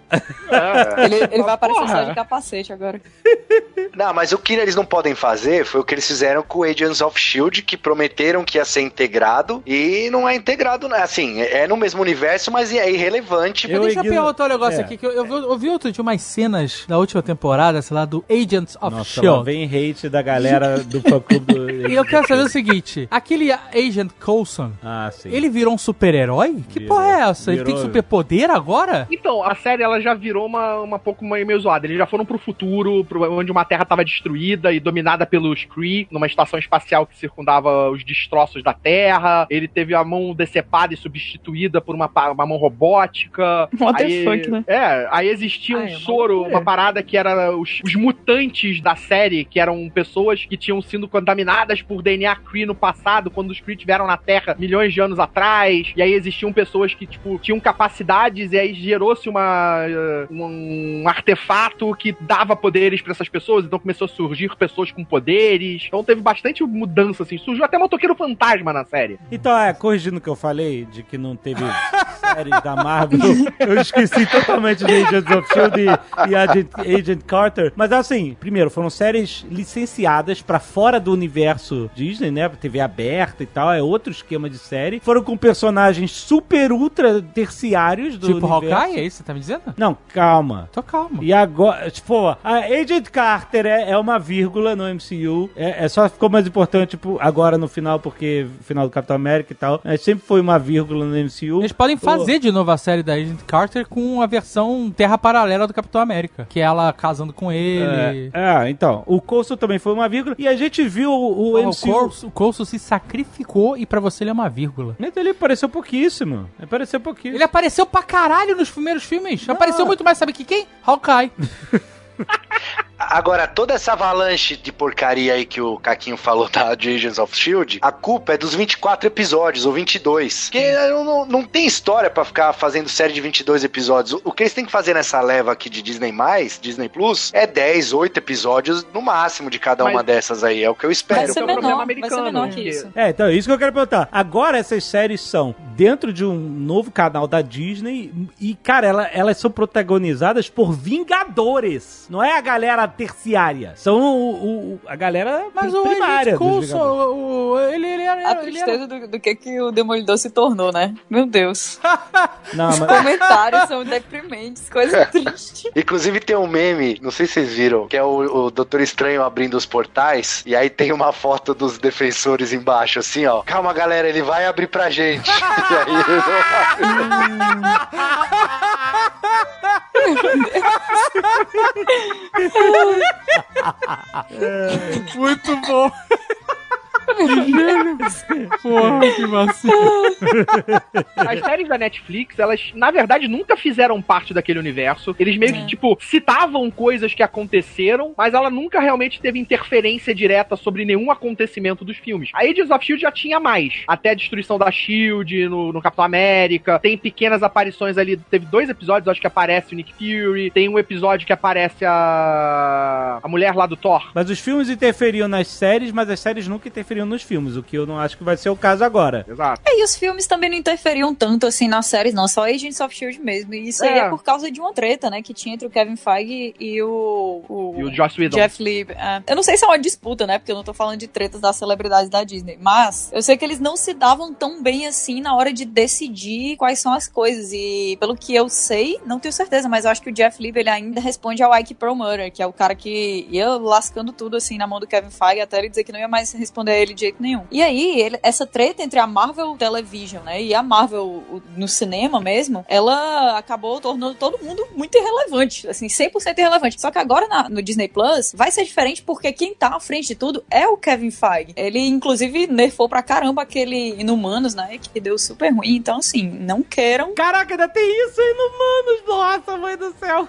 Ele, ele vai aparecer
Porra.
só de capacete agora.
*laughs* Não, mas o que eles não podem fazer foi o que eles fizeram com o Agents of Shield, que prometeram que ia ser integrado e não é integrado, né? Assim, é no mesmo universo, mas é irrelevante.
Mas
Eu
deixa eu
ignoro-
perguntar um negócio
É.
aqui, que eu, eu, vi- eu vi outro dia umas cenas da última temporada, sei lá, do Agents of
Nossa, lá
S.H.I.E.L.D.
vem hate da galera do fã-clube do...
*laughs* E eu quero saber o seguinte, aquele Agent Coulson,
Ah, sim.
ele virou um super-herói? Que
Virou.
porra é essa? Ele tem
Virou.
superpoder agora?
Então, a série ela já virou uma, uma pouco meio meio zoada. Eles já foram pro futuro, pro, onde uma terra tava destruída e dominada pelos Kree, numa estação espacial que circundava os destroços da terra. Ele teve a mão decepada e substituída por uma, pa- uma mão robótica.
What the
Aí-
fuck, né?
É, aí existia um
Ah, é uma
soro,
loucura.
uma parada que era os, os mutantes da série, que eram pessoas que tinham sido contaminadas por DNA Kree no passado, quando os Kree tiveram na Terra milhões de anos atrás. E aí existiam pessoas que, tipo, tinham capacidades e aí gerou-se uma eh, um, um artefato que dava poderes pra essas pessoas, então começou a surgir pessoas com poderes. Então teve bastante mudança assim, surgiu até motoqueiro fantasma na série.
Então, é, corrigindo o que eu falei, de que não teve séries da Marvel, *laughs* eu esqueci totalmente de Agents of S.H.I.E.L.D. e, e Agent, Agent Carter. Mas assim, primeiro, foram séries licenciadas pra fora do universo Disney, né? TV aberta e tal, é outro esquema de série. Foram com personagens super ultra terciários do
tipo
universo.
Hawkeye, é isso que você tá me dizendo?
Não, calma.
Tô calma.
E agora, tipo, a Agent Carter é, é uma vírgula no MCU. É, é só ficou mais importante tipo, agora no final, porque final do Capitão América e tal. Mas sempre foi uma vírgula no MCU.
Eles podem fazer de novo a série da Agent Carter com a versão Terra Paralela do Capitão América, que é ela casando com
É,
ele.
é, então. O Coulson também foi uma vírgula. E a gente viu o, o
Porra,
MCU.
Coulson- o Coulson se sacrificou e pra você ele é uma vírgula.
Mas ele apareceu pouquíssimo. Apareceu pouquíssimo.
Ele apareceu pra caralho nos primeiros filmes. Apareceu muito mais, sabe que quem? Hawkeye.
Agora, toda essa avalanche de porcaria aí que o Caquinho falou da de Agents of Shield, a culpa é dos 24 episódios, ou 22. Porque não, não- não tem história pra ficar fazendo série de 22 episódios. O- O que eles têm que fazer nessa leva aqui de Disney+, Disney Plus, é 10, 8 episódios no máximo de cada
Mas-
uma dessas aí. É o que eu espero.
Vai
esse
ser
é o problema
menor, vai
americano,
ser menor
né?
que isso.
É, então é isso que eu quero perguntar. Agora essas séries são dentro de um novo canal da Disney e, cara, ela- elas são protagonizadas por vingadores. Não é a galera terciária. São o- o- o- a galera
Mas
mas
o
primária
Agent
dos
Coulson,
Vingadores.
o- o- ele, ele era...
A
ele era-
tristeza do, do que, que o Demolidor se tornou, né? Meu Deus.
Não,
Os
mas... *laughs*
comentários são deprimentes,
*laughs*
coisa triste.
Inclusive tem um meme, não sei se vocês viram, que é o, o Doutor Estranho abrindo os portais, e aí tem uma foto dos defensores embaixo, assim, ó. Calma, galera, ele vai abrir pra gente. e aí... *laughs*
Muito bom. Porra, que vacilo.
As séries da Netflix, elas, na verdade, nunca fizeram parte daquele universo. Eles meio que, tipo, citavam coisas que aconteceram, mas ela nunca realmente teve interferência direta sobre nenhum acontecimento dos filmes. A Agents of Shield já tinha mais. Até a destruição da Shield no, no Capitão América. Tem pequenas aparições ali. Teve dois episódios, acho que aparece o Nick Fury. Tem um episódio que aparece a. a mulher lá do Thor.
mas os filmes interferiam nas séries, mas as séries nunca interferiam nos filmes, o que eu não acho que vai ser o caso agora.
Exato.
É, E os filmes também não interferiam tanto assim nas séries, não. Só Agents of Shield mesmo. E isso aí
É.
é por causa de uma treta, né? Que tinha entre o Kevin Feige e o. o-
E o Joss Whedon.
Jeff Lieb. é. Eu não sei se é uma disputa, né? Porque eu não tô falando de tretas das celebridades da Disney. Mas eu sei que eles não se davam tão bem assim na hora de decidir quais são as coisas. E pelo que eu sei, não tenho certeza, mas eu acho que o Jeff Lieb ele ainda responde ao Ike Perlmutter, que é o cara que ia lascando tudo assim na mão do Kevin Feige até ele dizer que não ia mais responder a ele de jeito nenhum. E aí, ele- essa treta entre a Marvel Television, né? E a Marvel o- no cinema mesmo, ela acabou tornando todo mundo muito irrelevante. Assim, 100% irrelevante. Só que agora na- no Disney Plus vai ser diferente porque quem tá à frente de tudo é o Kevin Feige. Ele, inclusive, nerfou pra caramba aquele Inumanos, né? Que deu super ruim. Então, assim, não queiram. *laughs*
Caraca, ainda tem isso aí no Manos! Nossa, mãe do céu!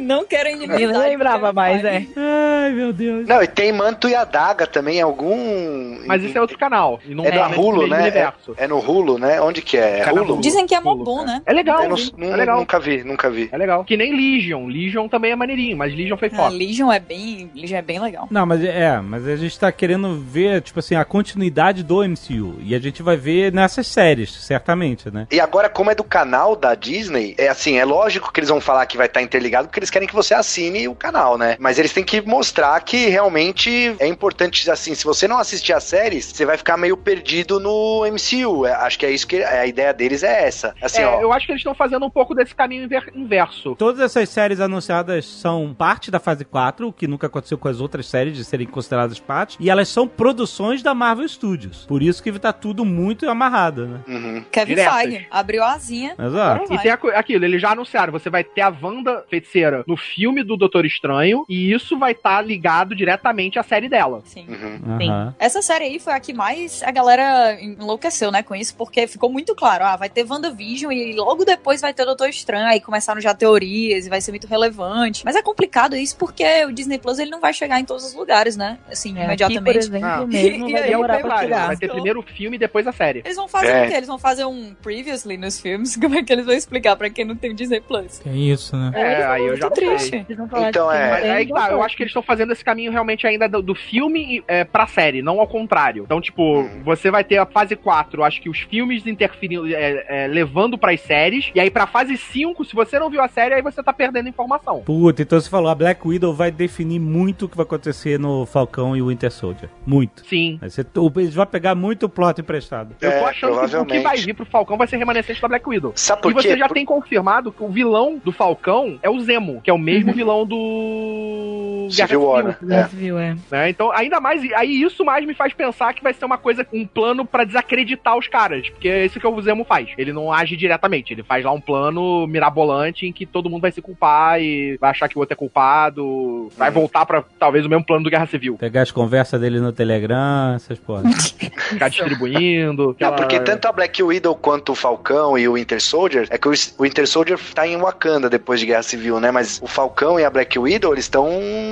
não queiram inimizade.
Eu não lembrava
com o Kevin
mais,
Feige.
é.
Ai, meu Deus.
Não, e tem manto e adaga também. Algum em-
Mas isso é outro canal. E não
É na
nesse
Hulu,
mesmo
né? É,
universo.
é no Hulu, né? Onde que é? É
Canal
Hulu?
Dizem que é mó bom, né?
É legal,
Eu não-
hein?
nu-
é legal.
Nunca vi, nunca vi.
É legal. Que nem Legion. Legion também é maneirinho, mas Legion foi
Ah,
foda.
Legion é bem. Legion é bem legal.
Não, mas é, mas a gente tá querendo ver, tipo assim, a continuidade do MCU. E a gente vai ver nessas séries, certamente, né?
E agora, como é do canal da Disney, é assim, é lógico que eles vão falar que vai estar interligado, porque eles querem que você assine o canal, né? Mas eles têm que mostrar que realmente é importante, assim, se você não assistir as séries, você vai ficar meio perdido no MCU. É, acho que é isso que a ideia deles é essa. Assim,
É,
ó.
eu acho que eles estão fazendo um pouco desse caminho inver- inverso.
Todas essas séries anunciadas são parte da fase 4, o que nunca aconteceu com as outras séries de serem consideradas parte, e elas são produções da Marvel Studios. Por isso que tá tudo muito amarrado, né?
Uhum.
Kevin
Diretas.
Feige abriu a asinha.
Exato.
Não
E
vai.
tem a co- aquilo, eles já anunciaram, você vai ter a Wanda feiticeira no filme do Doutor Estranho, e isso vai estar ligado diretamente à série dela.
Sim.
Uhum.
Aham.
Essa série aí foi a que mais a galera enlouqueceu, né, com isso, porque ficou muito claro, ah, vai ter WandaVision e logo depois vai ter o Doutor Estranho, aí começaram já teorias e vai ser muito relevante. Mas é complicado isso porque o Disney Plus ele não vai chegar em todos os lugares, né, assim,
é. por
imediatamente.
exemplo,
Ah. *laughs*
mesmo
E
vai
aí,
demorar
tem
pra
vários,
chegar.
vai ter primeiro o filme e depois a série.
Eles vão fazer
É.
o quê? Eles vão fazer um previously nos filmes? *laughs* Como é que eles vão explicar pra quem não tem Disney Plus?
É isso, né?
É,
eles vão
aí eu
muito
já não sei.
triste.
Eles vão falar né?
Então,
de
é,
filme,
Mas
tem
aí que tá, eu acho que eles estão fazendo esse caminho realmente ainda do, do filme e, é, pra série, não ao contrário. Então, tipo,
Uhum.
você vai ter a fase 4, acho que os filmes interferindo, é, é, levando pras séries, e aí pra fase 5, se você não viu a série, aí você tá perdendo informação.
Puta, então você falou, a Black Widow vai definir muito o que vai acontecer no Falcão e o Winter Soldier. Muito.
Sim.
Vai ser, o- eles vão pegar muito plot emprestado.
Eu tô
É,
achando que o que
provavelmente.
vai vir pro Falcão vai ser remanescente da Black Widow.
Sabe
E
por
você
quê?
já
Por-
tem confirmado que o vilão do Falcão é o Zemo, que é o mesmo vilão do.
Uhum. Civil War, né?
Guerra Civil, é.
né? Então, ainda mais. Aí isso mais me faz pensar que vai ser uma coisa, um plano pra desacreditar os caras. Porque é isso que o Zemo faz. Ele não age diretamente. Ele faz lá um plano mirabolante em que todo mundo vai se culpar e vai achar que o outro é culpado. Vai
Uhum.
voltar pra talvez o mesmo plano do Guerra Civil.
Pegar as conversas dele no Telegram, essas porras.
Ficar distribuindo.
Não,
aquela-
porque tanto a Black Widow quanto o Falcão e o Winter Soldier, é que o o Winter Soldier tá em Wakanda depois de Guerra Civil, né? Mas o Falcão e a Black Widow, eles estão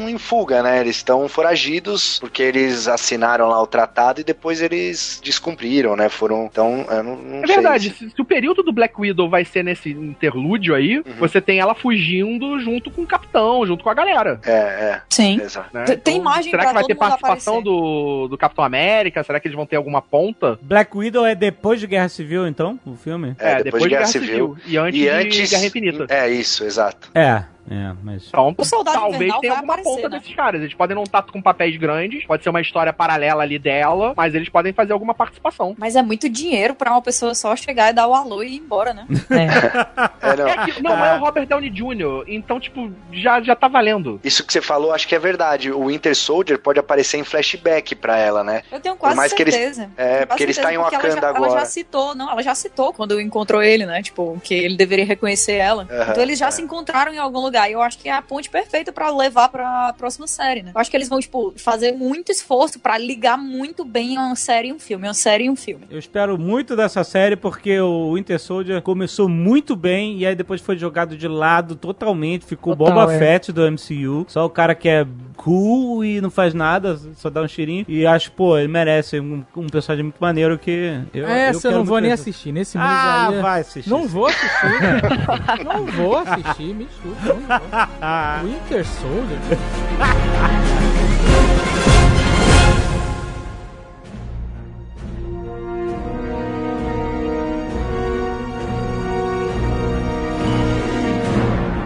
em fuga, né? Eles estão foragidos porque eles assinaram lá o tratado e depois eles descumpriram, né? Foram. Então, eu não, não
É
sei
verdade,
se-
se, se o período do Black Widow vai ser nesse interlúdio aí,
Uhum.
você tem ela fugindo junto com o capitão, junto com a galera.
É,
Sim.
é. Exato.
né?
Tem imagem
Será
pra
que vai
todo
ter
mundo
participação
aparecer.
do, do Capitão América? Será que eles vão ter alguma ponta?
*laughs* Black Widow é depois de Guerra Civil, então, o filme?
É, depois, de Guerra Civil.
E antes,
E antes.
de Guerra Infinita.
É um isso, exato.
É, é, mas...
Então,
O Soldado
talvez
Invernal
tenha
vai
alguma
aparecer,
ponta
né?
desses caras. Eles podem não estar com papéis grandes, pode ser uma história paralela ali dela, mas eles podem fazer alguma participação.
Mas é muito dinheiro pra uma pessoa só chegar e dar o alô e ir embora, né?
*laughs*
É, não.
É que não é o Robert Downey Jr., então, tipo, já, já tá valendo.
Isso que você falou, acho que é verdade. O Winter Soldier pode aparecer em flashback pra ela, né? *laughs*
Eu tenho quase
mais que eles-
certeza.
É, porque ele
eles
está em Wakanda
ela já,
agora.
Ela já citou, não, ela já citou quando encontrou ele, né? Tipo, que ele deveria reconhecer ela.
Aham, é.
então eles já se encontraram em algum lugar. E eu acho que é a ponte perfeita pra levar pra próxima série, né? Eu acho que eles vão, tipo, fazer muito esforço pra ligar muito bem uma série e um filme. Uma série e um filme.
Eu espero muito dessa série porque o Winter Soldier começou muito bem e aí depois foi jogado de lado totalmente, ficou
Total,
Boba
é.
Fett do MCU, só o cara que é cool e não faz nada, só dá um cheirinho e acho, pô, ele merece um, um personagem muito maneiro que eu
é,
eu
Essa eu não
quero
vou
muito
nem
ver.
assistir. Nesse mês
Ah,
aí. é-
vai assistir. *laughs*
Não vou assistir. não vou assistir, me desculpa. Não vou.
Ah,
Winter Soldier?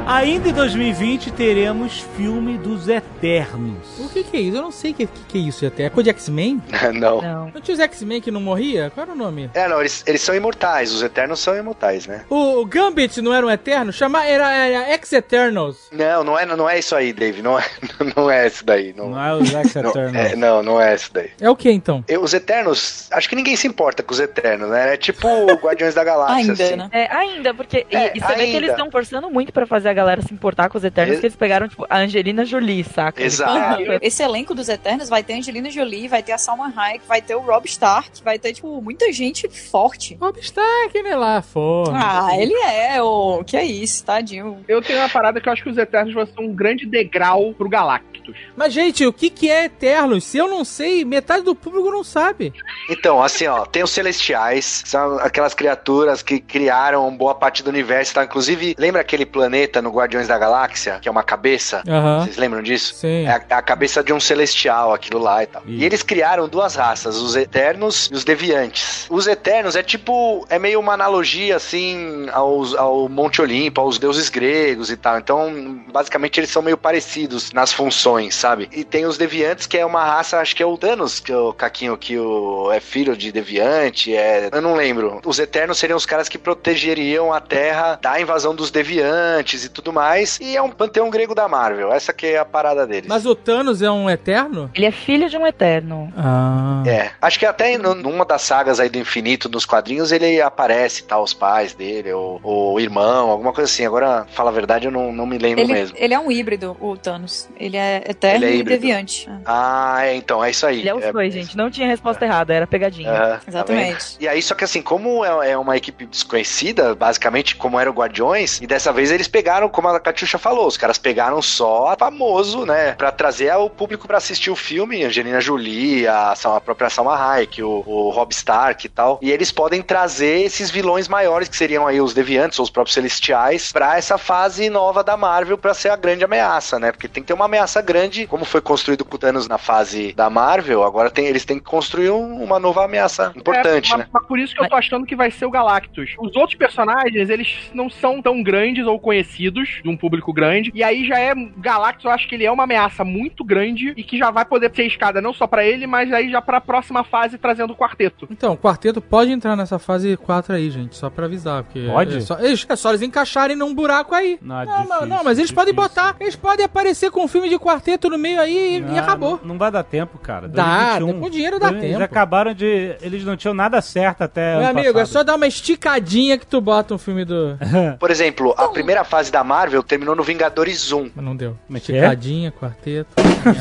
ainda em 2020 teremos filme dos Eternos.
O que que é isso? Eu não sei o que, que que é isso até. É coisa de X-Men?
não.
Não.
Não tinha os X-Men que não morria? Qual era o nome?
É, não, eles, eles são imortais, os Eternos são imortais, né?
O, o Gambit não era um Eterno? Chama, era, era Ex-Eternals.
Não, não é, não é isso aí, Dave. Não é, *laughs* não é isso daí. Não,
Não é o Zack
não,
Eternos.
é, não, não é isso daí.
É o que então?
Eu- os Eternos, acho que ninguém se importa com os Eternos, né? É tipo o Guardiões da Galáxia.
Ainda,
assim.
né?
É, ainda, porque. E,
É,
e você vê que
ainda.
eles estão forçando muito pra fazer a galera se importar com os Eternos,
Ex-
que eles pegaram, tipo, a Angelina Jolie, saca?
Exato.
Eles-
Ah, Esse elenco dos Eternos vai ter Angelina Jolie, vai ter a Salma Hayek, vai ter o Rob Stark, vai ter, tipo, muita gente forte.
Rob Stark, né lá, forra.
Ah, ele é, o que é isso, tadinho.
Eu tenho uma parada que eu acho que os Eternos vão ser um grande degrau pro Galactus.
Mas, gente, o que, que é Eternos? Se eu não sei, metade do público não sabe.
Então, assim, ó, tem os Celestiais, que são aquelas criaturas que criaram boa parte do universo, tá? Inclusive, lembra aquele planeta no Guardiões da Galáxia, que é uma cabeça?
Aham.
Vocês lembram disso?
Sim.
É a, é a cabeça de um celestial, aquilo lá e tal.
Isso.
E eles criaram duas raças, os Eternos e os Deviantes. Os Eternos é tipo, é meio uma analogia, assim, aos, ao Monte Olimpo, aos deuses gregos e tal. Então, basicamente, eles são meio parecidos nas funções, sabe? E tem os Deviantes, que é uma raça, acho que é o Thanos, que é o Caquinho, que o, é filho de Deviante, é... Eu não lembro. Os Eternos seriam os caras que protegeriam a Terra da invasão dos Deviantes e tudo mais. E é um panteão grego da Marvel. Essa que é a parada deles.
Mas o Thanos é um Eterno?
Ele é filho de um Eterno.
Ah.
É, acho que até no- numa das sagas aí do infinito, nos quadrinhos, ele aparece, tá, os pais dele, ou ou o irmão, alguma coisa assim. Agora, fala a verdade, eu não, não me lembro
Ele,
mesmo.
ele é um híbrido, o Thanos. Ele é eterno
Ele é
e
híbrido.
deviante.
Ah, é, então, é isso aí.
Ele é os
É,
dois, gente. Não tinha resposta errada, era pegadinha.
Aham, tá vendo?
Exatamente.
e aí, só que assim, como é é uma equipe desconhecida, basicamente, como era o Guardiões, e dessa vez eles pegaram, como a Catiuxa falou, os caras pegaram só famoso, né? Pra trazer o público pra assistir o filme, Angelina Jolie, a, Sa- a própria Salma Hayek, o, o Rob Stark e tal. E eles podem trazer esses vilões maiores, que seriam aí os Deviantes ou os próprios Celestiais, pra essa fase nova da Marvel, pra ser a grande ameaça, né? Porque tem que ter uma ameaça grande, como foi construído com o Thanos na fase da Marvel, agora tem, eles têm que construir um- uma nova ameaça importante,
É,
né?
mas, mas por isso que eu tô achando que vai ser o Galactus. Os outros personagens, eles não são tão grandes ou conhecidos de um público grande. E aí já é. Galactus, eu acho que ele é uma ameaça muito grande e que já vai poder ser escada não só pra ele, mas aí já pra próxima fase trazendo o quarteto.
Então, o quarteto pode entrar nessa fase 4 aí, gente, só pra avisar. Porque
Pode?
É só, eles, é só eles encaixarem num buraco aí.
Não,
Ah,
é
Não, mas-
difícil,
não, mas eles podem
difícil.
botar, eles podem aparecer com um filme de quarteto no meio aí e- e
Ah,
acabou.
Não vai dar tempo, cara.
um.
Dá,
2021.
com dinheiro dá
eles
tempo.
um, acabaram de. Eles não tinham nada certo até.
Meu
ano
amigo, é
passado.
só dar uma esticadinha que tu bota um filme do.
Por exemplo,
Então.
a primeira fase da Marvel terminou no Vingadores 1.
Mas não deu.
Como é que é?
Esticadinha, quarteto.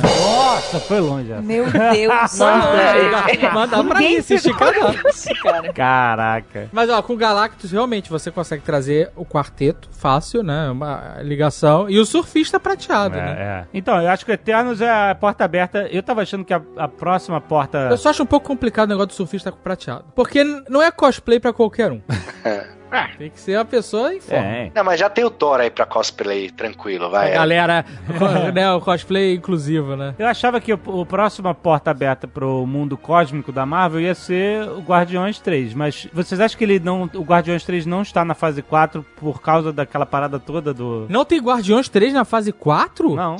Nossa, foi longe essa.
*laughs*
Meu Deus,
um
Mas dá pra ir, é. se esticar dá.
isso, cara.
Caraca.
Mas ó, com Galactus realmente você consegue trazer o quarteto fácil, né? Uma ligação. E o surfista prateado, né?
É, é. Então, eu acho que o Eternos é a porta aberta. Eu tava achando que a, a próxima
é.
porta.
Eu só acho um pouco complicado o negócio do surfista com prateado. Porque n- não é cosplay pra qualquer um. É. Tem que ser a pessoa em forma.
É,
Não, mas já tem o Thor aí pra cosplay, tranquilo, vai.
A galera, *laughs* co- né, o cosplay inclusivo, né?
Eu achava que o, o próxima porta aberta pro mundo cósmico da Marvel ia ser o Guardiões 3, mas vocês acham que ele não, o Guardiões 3 não está na fase 4 por causa daquela parada toda do
Não tem Guardiões 3 na fase 4?
Não.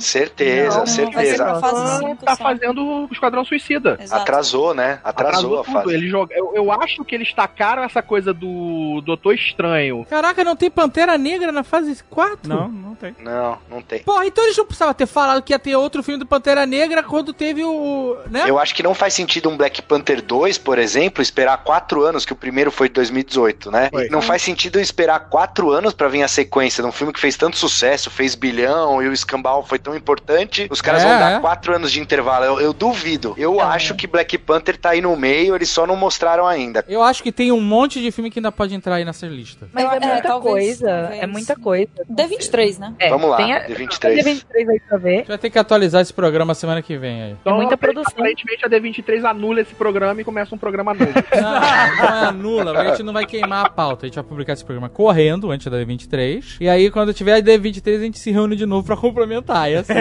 Não,
Certeza,
vai ser
certeza.
pra fase
Ele
5
tá
só. um.
fazendo o Esquadrão Suicida.
Exato.
Atrasou, né? Atrasou, a
tudo.
fase.
Ele joga... eu, eu acho que eles tacaram essa coisa do Doutor Estranho.
Caraca, não tem Pantera Negra na fase 4?
Não, não tem. *laughs*
Não, não tem.
Porra, então eles não precisavam ter falado que ia ter outro filme do Pantera Negra quando teve o. né?
Eu acho que não faz sentido um Black Panther 2, por exemplo, esperar quatro anos, que o primeiro foi de 2018, né?
Foi.
E Não faz sentido esperar quatro anos pra vir a sequência de um filme que fez tanto sucesso, fez bilhão e o escambau foi tão importante. Os caras
É,
vão dar
é.
quatro anos de intervalo. Eu, eu duvido. Eu acho que Black Panther tá aí no meio, eles só não mostraram ainda.
Eu acho que tem um monte de filme que ainda pode entrar aí nessa lista.
Mas é,
É,
muita
talvez,
coisa. É
talvez.
muita coisa.
D23, né?
É,
Vamos lá,
tem a-
D23.
tem D23 aí pra ver.
A gente vai ter que atualizar esse programa semana que vem aí.
Então,
muita
apare-
produção.
Aparentemente a D23 anula esse programa e começa um programa novo.
*laughs*
Não, não anula, a gente não vai queimar a pauta. A gente vai publicar esse programa correndo antes da D23. E aí, quando tiver a D23, a gente se reúne de novo pra complementar. É assim.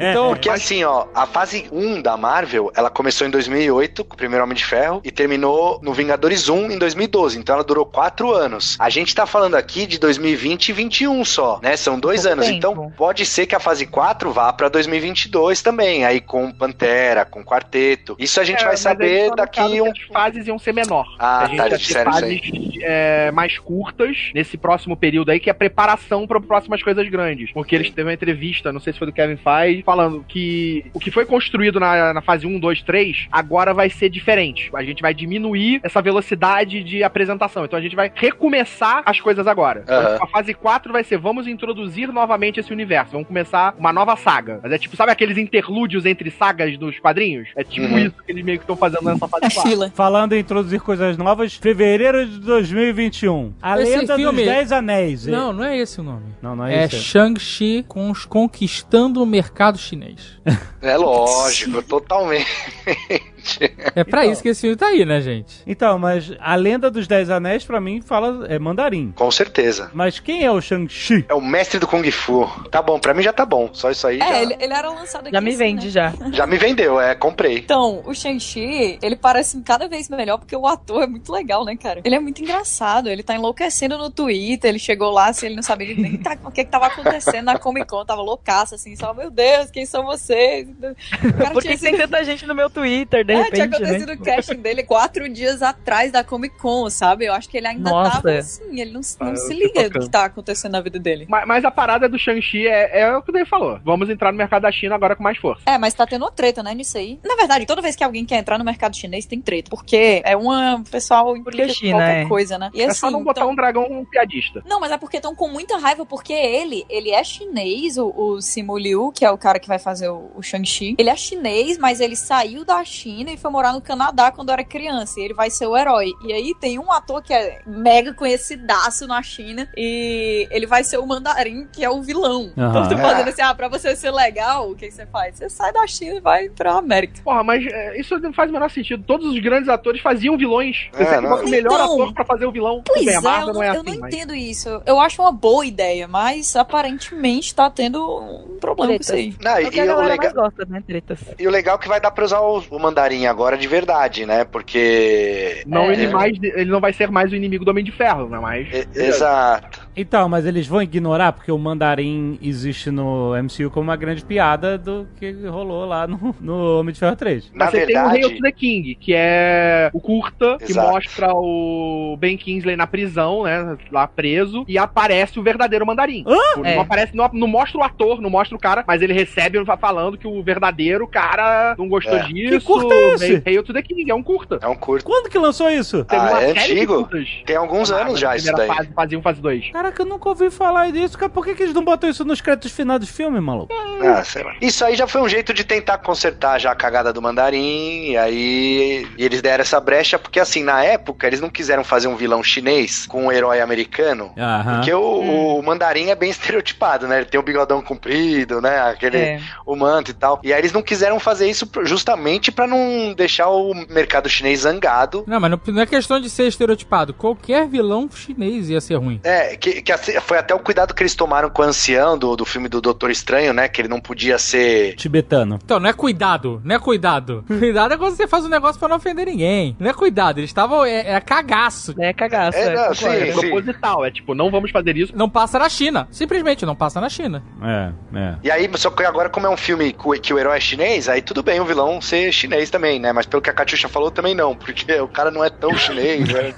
Então,
Porque assim, ó, a fase 1 da Marvel, ela começou em 2008 com o primeiro Homem de Ferro e terminou no Vingadores 1 em 2012. Então ela durou 4 anos. A gente tá falando aqui de 2020 e 21 só, né? São dois
Pouco
anos.
tempo.
Então pode ser que a fase 4 vá pra 2022 também, aí com Pantera, com Quarteto. Isso a gente
É,
vai
mas eles
saber
só anunciaram
daqui um
que As fases iam ser menor.
Ah,
a gente
tá,
ia
eles
ter
disseram isso aí.
fases é, mais curtas nesse próximo período aí, que é preparação para próximas coisas grandes. Porque eles teve uma entrevista, não sei se foi do Kevin Feige, falando que o que foi construído na, na fase 1, 2, 3, agora vai ser diferente. A gente vai diminuir essa velocidade de apresentação. Então a gente vai recomeçar as coisas agora.
Aham.
A fase 4 vai ser, vamos introduzir novamente esse universo. Vamos começar uma nova saga. Mas é tipo, sabe aqueles interlúdios entre sagas dos quadrinhos? É tipo
Uhum.
isso que eles meio que estão fazendo nessa
É
fase 4.
fila.
Falando em introduzir coisas novas, fevereiro de 2021. A
Esse
Lenda
filme-
dos Dez Anéis.
Não, não é esse o nome.
não, não é,
É
isso.
Shang-Chi cons- conquistando o mercado chinês.
É lógico, totalmente.
É pra isso que esse filme tá aí, né, gente?
Então, mas a Lenda dos Dez Anéis, pra mim, fala é mandarim.
Com certeza.
Mas quem é o Shang-Chi?
É o mestre do Kung Fu. Tá bom, pra mim já tá bom. Só isso aí já,
É, ele, ele era lançado aqui.
Já me
assim,
vende, *laughs*
né?
já.
já me vendeu, é, comprei.
Então, o Shang-Chi, ele parece cada vez melhor porque o ator é muito legal, né, cara? Ele é muito engraçado, ele tá enlouquecendo no Twitter, ele chegou lá, assim, ele não sabia nem tá- o que que tava acontecendo na Comic Con, tava loucaço, assim, só, meu Deus, quem são vocês? O cara
Por que que
sido-
tem tanta gente no meu Twitter, de
É,
repente,
tinha acontecido
né?
o casting dele quatro dias atrás da Comic Con, sabe? Eu acho que ele ainda
Nossa. é.
tava assim, ele não, não
Ah,
se
eu
liga
tô
do que tá acontecendo na vida dele.
Mas, mas a parada do Shang-Chi é, é o que o Dave falou. Vamos entrar no mercado da China agora com mais força.
É, mas tá tendo uma treta, né, nisso aí. Na verdade, toda vez que alguém quer entrar no mercado chinês, tem treta. Porque é uma... O pessoal implica com
China,
qualquer
é.
coisa, né? E
É
assim,
só não botar
então-
um dragão piadista.
Não, mas é porque estão com muita raiva, porque ele, ele é chinês, o, o Simu Liu, que é o cara que vai fazer o, o Shang-Chi. Ele é chinês, mas ele saiu da China e foi morar no Canadá quando era criança. E ele vai ser o herói. E aí tem um ator que é mega conhecidaço na China. E ele vai ser o mandarim, que é o vilão. Então estão fazendo assim, ah, pra você ser legal, o que que você faz? Você sai da China e vai pra América.
Porra, mas é, isso não faz o menor sentido. Todos os grandes atores faziam vilões. Você
É,
sempre
não.
bota o melhor
Então.
ator pra fazer o vilão.
Pois
Tudo bem,
é,
a Marvel
eu não,
é
eu
assim,
não
mas-
entendo isso. Eu acho uma boa ideia, mas aparentemente tá tendo um problema com isso aí.
Não,
É
e,
o que a
e o
galera
legal,
mais gosta, né, tretas?
e o legal é que vai dar pra usar o, o mandarim agora de verdade, né? Porque.
Não,
É.
ele, mais, ele não vai ser mais o inimigo do Homem de Ferro, não é mais.
e- exato.
Então, mas eles vão ignorar, porque o mandarim existe no MCU como uma grande piada do que rolou lá no, no Homem de Ferro 3.
Na
Você tem um o Hail
verdade.
to the King, que é o curta, que
Exato.
mostra o Ben Kingsley na prisão, né? Lá preso, e aparece o verdadeiro mandarim. Tipo,
É.
Não aparece, não, não mostra o ator, não mostra o cara, mas ele recebe ele fa- falando que o verdadeiro cara não gostou
É.
disso.
Que curta é esse?
Hail- Hail to the King, é um curta.
É um curto.
Quando que lançou isso?
Teve
Ah,
uma
é
série de
antigo?
curtas.
Tem alguns
Ah,
anos
na
já isso
primeira
daí.
Fase, fase 1, fase 2.
Caraca, eu nunca ouvi falar disso. Cara, por que, que eles não botam isso nos créditos finais do filme, maluco?
Ah, sei lá. Isso aí já foi um jeito de tentar consertar já a cagada do mandarim, e aí e eles deram essa brecha, porque assim, na época, eles não quiseram fazer um vilão chinês com um herói americano.
Aham.
Porque o,
Hum.
o mandarim é bem *laughs* estereotipado, né? Ele tem o bigodão comprido, né? Aquele
É.
o manto e tal. E aí eles não quiseram fazer isso pro- justamente pra não deixar o mercado chinês zangado.
Não, mas não, não é questão de ser estereotipado. Qualquer vilão chinês ia ser ruim.
É, que, que assim, foi até o cuidado que eles tomaram com o ancião do, do filme do Doutor Estranho, né? Que ele não podia ser.
Tibetano.
Então, não é cuidado, não é cuidado. Cuidado é quando você faz um negócio pra não ofender ninguém. Não é cuidado, eles estavam. É, era cagaço.
É cagaço.
É, não,
concordo.
sim.
É proposital, é tipo, não vamos fazer isso.
Não passa na China. Simplesmente não passa na China.
É, é.
E aí, só que agora, como é um filme cu- que o herói é chinês, aí tudo bem o vilão ser chinês também, né? Mas pelo que a Katiusha falou, também não, porque o cara não é tão chinês, né?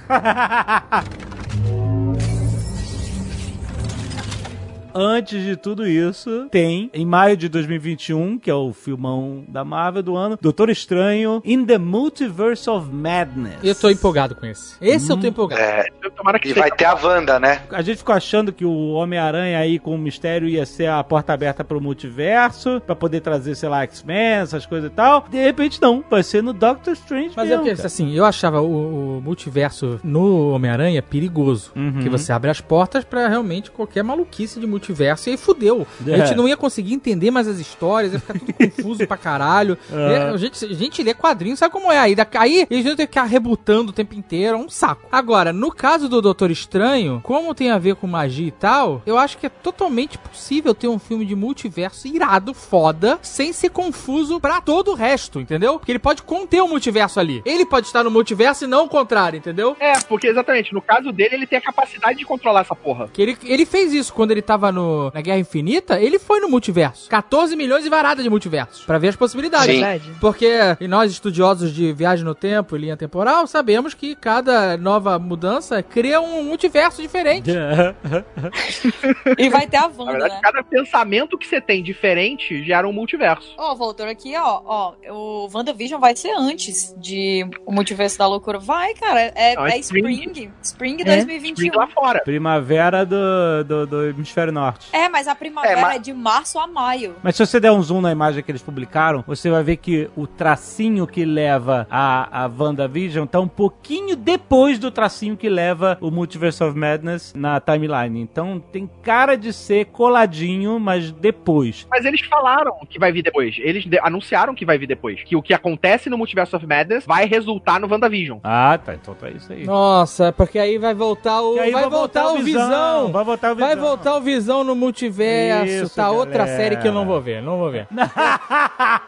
Antes de tudo isso, tem em maio de 2021, que é o filmão da Marvel do ano, Doutor Estranho In the Multiverse of Madness.
Eu tô empolgado com esse. Esse eu tô empolgado.
É,
Tomara que tá-
e vai ter a Wanda, né?
A gente ficou achando que o Homem-Aranha aí com o mistério ia ser a porta aberta pro multiverso, pra poder trazer, sei lá, X-Men, essas coisas e tal. De repente, não. Vai ser no Doctor Strange
Mas é
mesmo,
porque,
cara.
assim, eu achava o, o multiverso no Homem-Aranha perigoso.
Uhum.
*laughs*
Que você abre as portas pra realmente qualquer maluquice de multiverso e aí fudeu.
É.
A gente não ia conseguir entender mais as histórias, ia ficar
*laughs*
tudo confuso pra caralho. É, a, gente, a gente lê quadrinho, sabe como é? Aí, da- aí eles iam ter que ficar rebutando o tempo inteiro, é um saco. Agora, no caso do Doutor Estranho, como tem a ver com magia e tal, eu acho que é totalmente possível ter um filme de multiverso irado, foda, sem ser confuso pra todo o resto, entendeu? Porque ele pode conter o multiverso ali. Ele pode estar no multiverso e não o contrário, entendeu?
É, porque exatamente, no caso dele, ele tem a capacidade de controlar essa porra.
Que ele, ele fez isso quando ele tava no, na Guerra Infinita, ele foi no multiverso. 14 milhões e varada de multiversos. Pra ver as possibilidades. né?
Sim.
é Verdade.
Porque e nós, estudiosos de viagem no tempo e linha temporal, sabemos que cada nova mudança cria um multiverso diferente.
É.
E vai ter a
Na
Wanda,
verdade,
né?
cada pensamento que você tem diferente gera um multiverso.
Ó, voltando aqui, ó, ó, o WandaVision vai ser antes de o Multiverso da Loucura. Vai, cara, é,
Não,
é
é
Spring. Spring
É,
2021.
Spring lá fora.
Primavera do, do, do Hemisfério
Norte.
É, mas a primavera
É,
é,
mas-
de março a maio.
Mas se você der um zoom na imagem que eles publicaram, você vai ver que o tracinho que leva a, a WandaVision tá um pouquinho depois do tracinho que leva o Multiverse of Madness na timeline. Então tem cara de ser coladinho, mas depois.
Mas eles falaram que vai vir depois. Eles de- anunciaram que vai vir depois. Que o que acontece no Multiverse of Madness vai resultar no WandaVision.
Ah, tá. Então tá isso aí.
Nossa, é porque aí vai voltar o.
E aí
vai, voltar, o visão!
Vai voltar o visão.
Vai voltar o Visão no multiverso,
Isso,
tá? Outra
galera.
série que eu não vou ver, não
*laughs*
vou ver.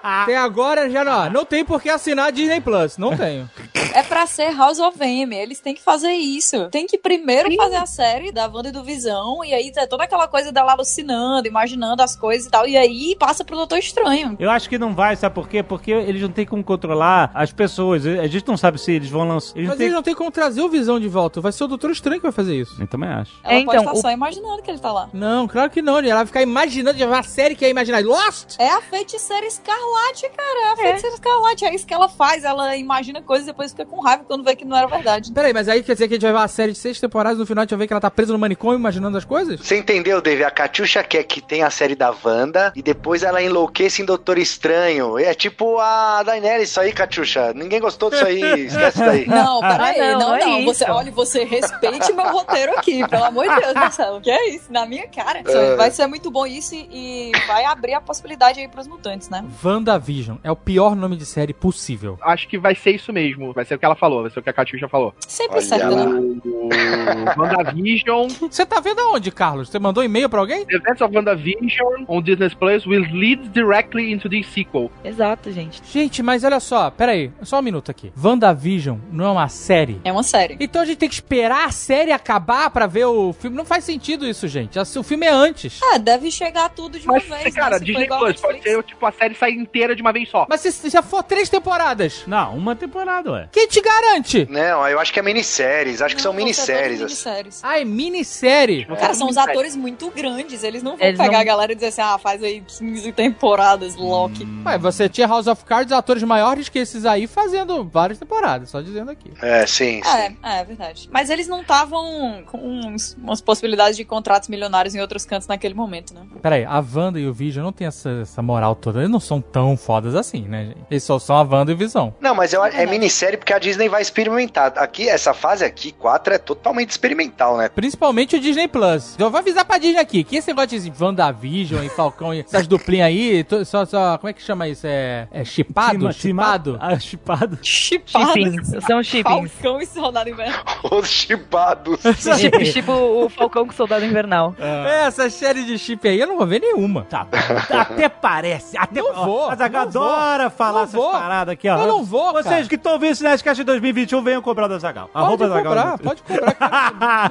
Até agora já não. Não tem por que assinar Disney Plus, não tenho.
É pra ser House of M. Eles têm que fazer isso. Tem que primeiro fazer a série da Wanda e do Visão. E aí tá toda aquela coisa dela alucinando, imaginando as coisas e tal. E aí passa pro Doutor Estranho.
Eu acho que não vai, sabe por quê? Porque eles não têm como controlar as pessoas. A gente não sabe se eles vão lançar. Eles não
Mas
têm...
eles não tem como trazer o Visão de volta. Vai ser o Doutor Estranho que vai fazer isso.
Eu também acho.
Ela
É,
pode estar
então, o-
só imaginando que ele tá lá.
Não, claro que não. né? Ela vai ficar imaginando, já vai a série que é imaginar. Lost?
É a feiticeira escarlate, cara. É a feiticeira escarlate. É isso que ela faz. Ela imagina coisas e depois fica com raiva quando vê que não era verdade.
Peraí, mas aí quer dizer que a gente vai ver uma série de seis temporadas e no final a gente vai ver que ela tá presa no manicômio imaginando as coisas?
Você entendeu, Dave? A Catiuxa quer que tenha a série da Wanda e depois ela enlouqueça em Doutor Estranho. É tipo a Daenerys, isso aí, Catiuxa. Ninguém gostou
*laughs*
disso aí, esquece isso aí.
Não, peraí,
Ah, não,
não, não.
é isso.
Você, olha, você respeite meu roteiro aqui, pelo amor de Deus, Marcelo. Que é isso, na minha cara.
É.
Vai ser muito bom isso e e vai abrir a possibilidade aí pros mutantes, né?
WandaVision é o pior nome de série possível.
Acho que vai ser isso mesmo. Vai ser o que ela falou, vai ser o que a Katia já falou.
Sempre
Olha
certo,
lá.
né?
O WandaVision,
Você tá vendo aonde, Carlos? Você mandou e-mail pra alguém?
The Events of WandaVision on Disney Plus will lead directly into the sequel.
Exato, gente.
Gente, mas olha só, peraí, só um minuto aqui. WandaVision não é uma série.
É uma série.
Então a gente tem que esperar a série acabar pra ver o filme. Não faz sentido isso, gente. O filme é antes.
Ah, deve chegar tudo de uma
Mas,
vez. né?
cara,
Se for
Disney
igual a
Plus pode
Netflix.
ser tipo a série sair inteira de uma vez só.
Mas se, se já for três temporadas,
Não, uma temporada, ué.
quem te garante?
Não, eu acho que é minisséries, acho que são
Não, vão ser todas
minisséries. assim.
minisséries.
Ai, minissérie.
Cara, são os
Ah, Minissérie.
atores muito grandes. Eles não vão
Eles
pegar
não-
a galera e dizer assim, ah, faz aí 15 temporadas, Loki.
Ué, você tinha House of Cards, atores maiores que esses aí, fazendo várias temporadas, só dizendo aqui.
É, sim, sim.
É, é verdade. Mas eles não estavam com uns- umas possibilidades de contratos milionários em outros cantos naquele momento, né?
Peraí, a Wanda e o Vision não tem essa, essa moral toda. Eles não são tão fodas assim, né, gente? Eles só são a Wanda e o Visão.
Não, mas eu- é
Ah, Verdade.
minissérie porque a Disney vai experimentar. Aqui, essa fase aqui, 4, é totalmente experimental, né? *laughs*
Principalmente o Disney Plus. Eu vou avisar pra Disney aqui que esse negócio de WandaVision e Falcão e essas duplinhas aí, to- só, só. Como é que chama isso? É. É chipado?
Tima-
Chipado?
Ah, chipado.
Chipadas.
Shippings. São shippings.
Falcão e Soldado Invernal.
Os chibados.
Ah,
tipo, tipo o Falcão com o Soldado Invernal.
*laughs* É, essa série de chip aí eu não vou ver nenhuma.
Tá, até parece. Até
Não vou,
Mas a
não vou.
adora falar
Não
essas
vou.
paradas aqui, ó.
Eu não vou,
Vocês
cara.
que estão ouvindo esse Nerdcast em 2021, venham comprar da Zagal.
Pode cobrar, pode cobrar.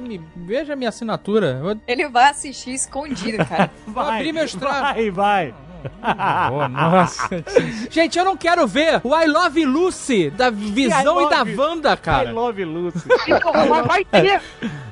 *laughs*
que me veja a minha assinatura. Eu vou-
Ele vai assistir escondido, cara.
Vou abrir meu extrato.
Vai, vai. *laughs*
Pô, nossa. Gente, eu não quero ver o I Love Lucy da Visão e,
I
da
Love-
Wanda,
I
cara.
love Lucy.
Então, mas vai ter!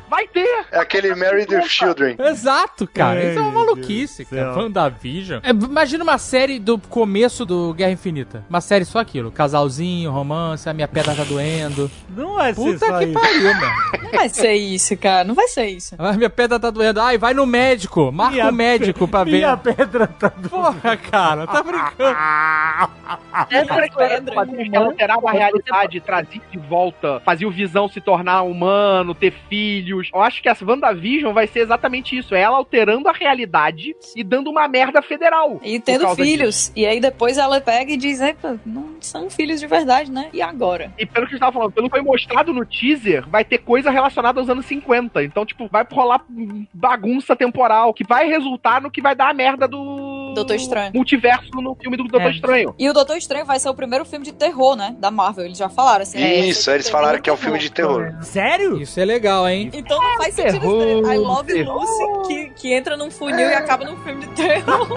Vai ter!
*laughs*
É aquele Married with Children.
Exato, cara. Isso é uma
Meu
maluquice,
Deus do
cara.
céu.
WandaVision. É, imagina uma série do começo do Guerra Infinita. Uma série só aquilo. Casalzinho, romance, a minha pedra tá doendo.
*laughs* Não é
Puta
só
que
isso.
pariu, mano.
Não vai ser isso, cara. Não vai ser isso.
A minha pedra tá doendo. Ai, vai no médico. Marca
Minha
o médico pra ver.
*laughs* Minha pedra tá do...
*laughs*
Porra, cara, *laughs* tá
*laughs*
brincando.
Essa história do quadrinho que ela alterava a
é
realidade, trazia de volta, fazia o Visão se tornar humano, ter filhos. Eu acho que essa WandaVision vai ser exatamente isso. É ela alterando a realidade e dando uma merda federal.
E
por
tendo
causa disso.
filhos. E aí depois ela pega e diz, "Epa, não são filhos de verdade, né? E agora?
E pelo que eu estava falando, pelo que foi mostrado no teaser, vai ter coisa relacionada aos anos 50. Então, tipo, vai rolar hum, bagunça temporal que vai resultar no que vai dar a merda do.
Doutor Estranho.
Multiverso no filme do Doutor
É.
Estranho.
E o Doutor Estranho vai ser o primeiro filme de terror, né? Da Marvel. Eles já falaram assim. "É, esse
Isso,
é o
eles falaram que é um filme
primeiro
de terror.
Sério?
Isso é legal, hein?
terror." Então não faz sentido
terror,
esse terror. I Love
terror.
Lucy que, que entra num funil e acaba num filme de terror.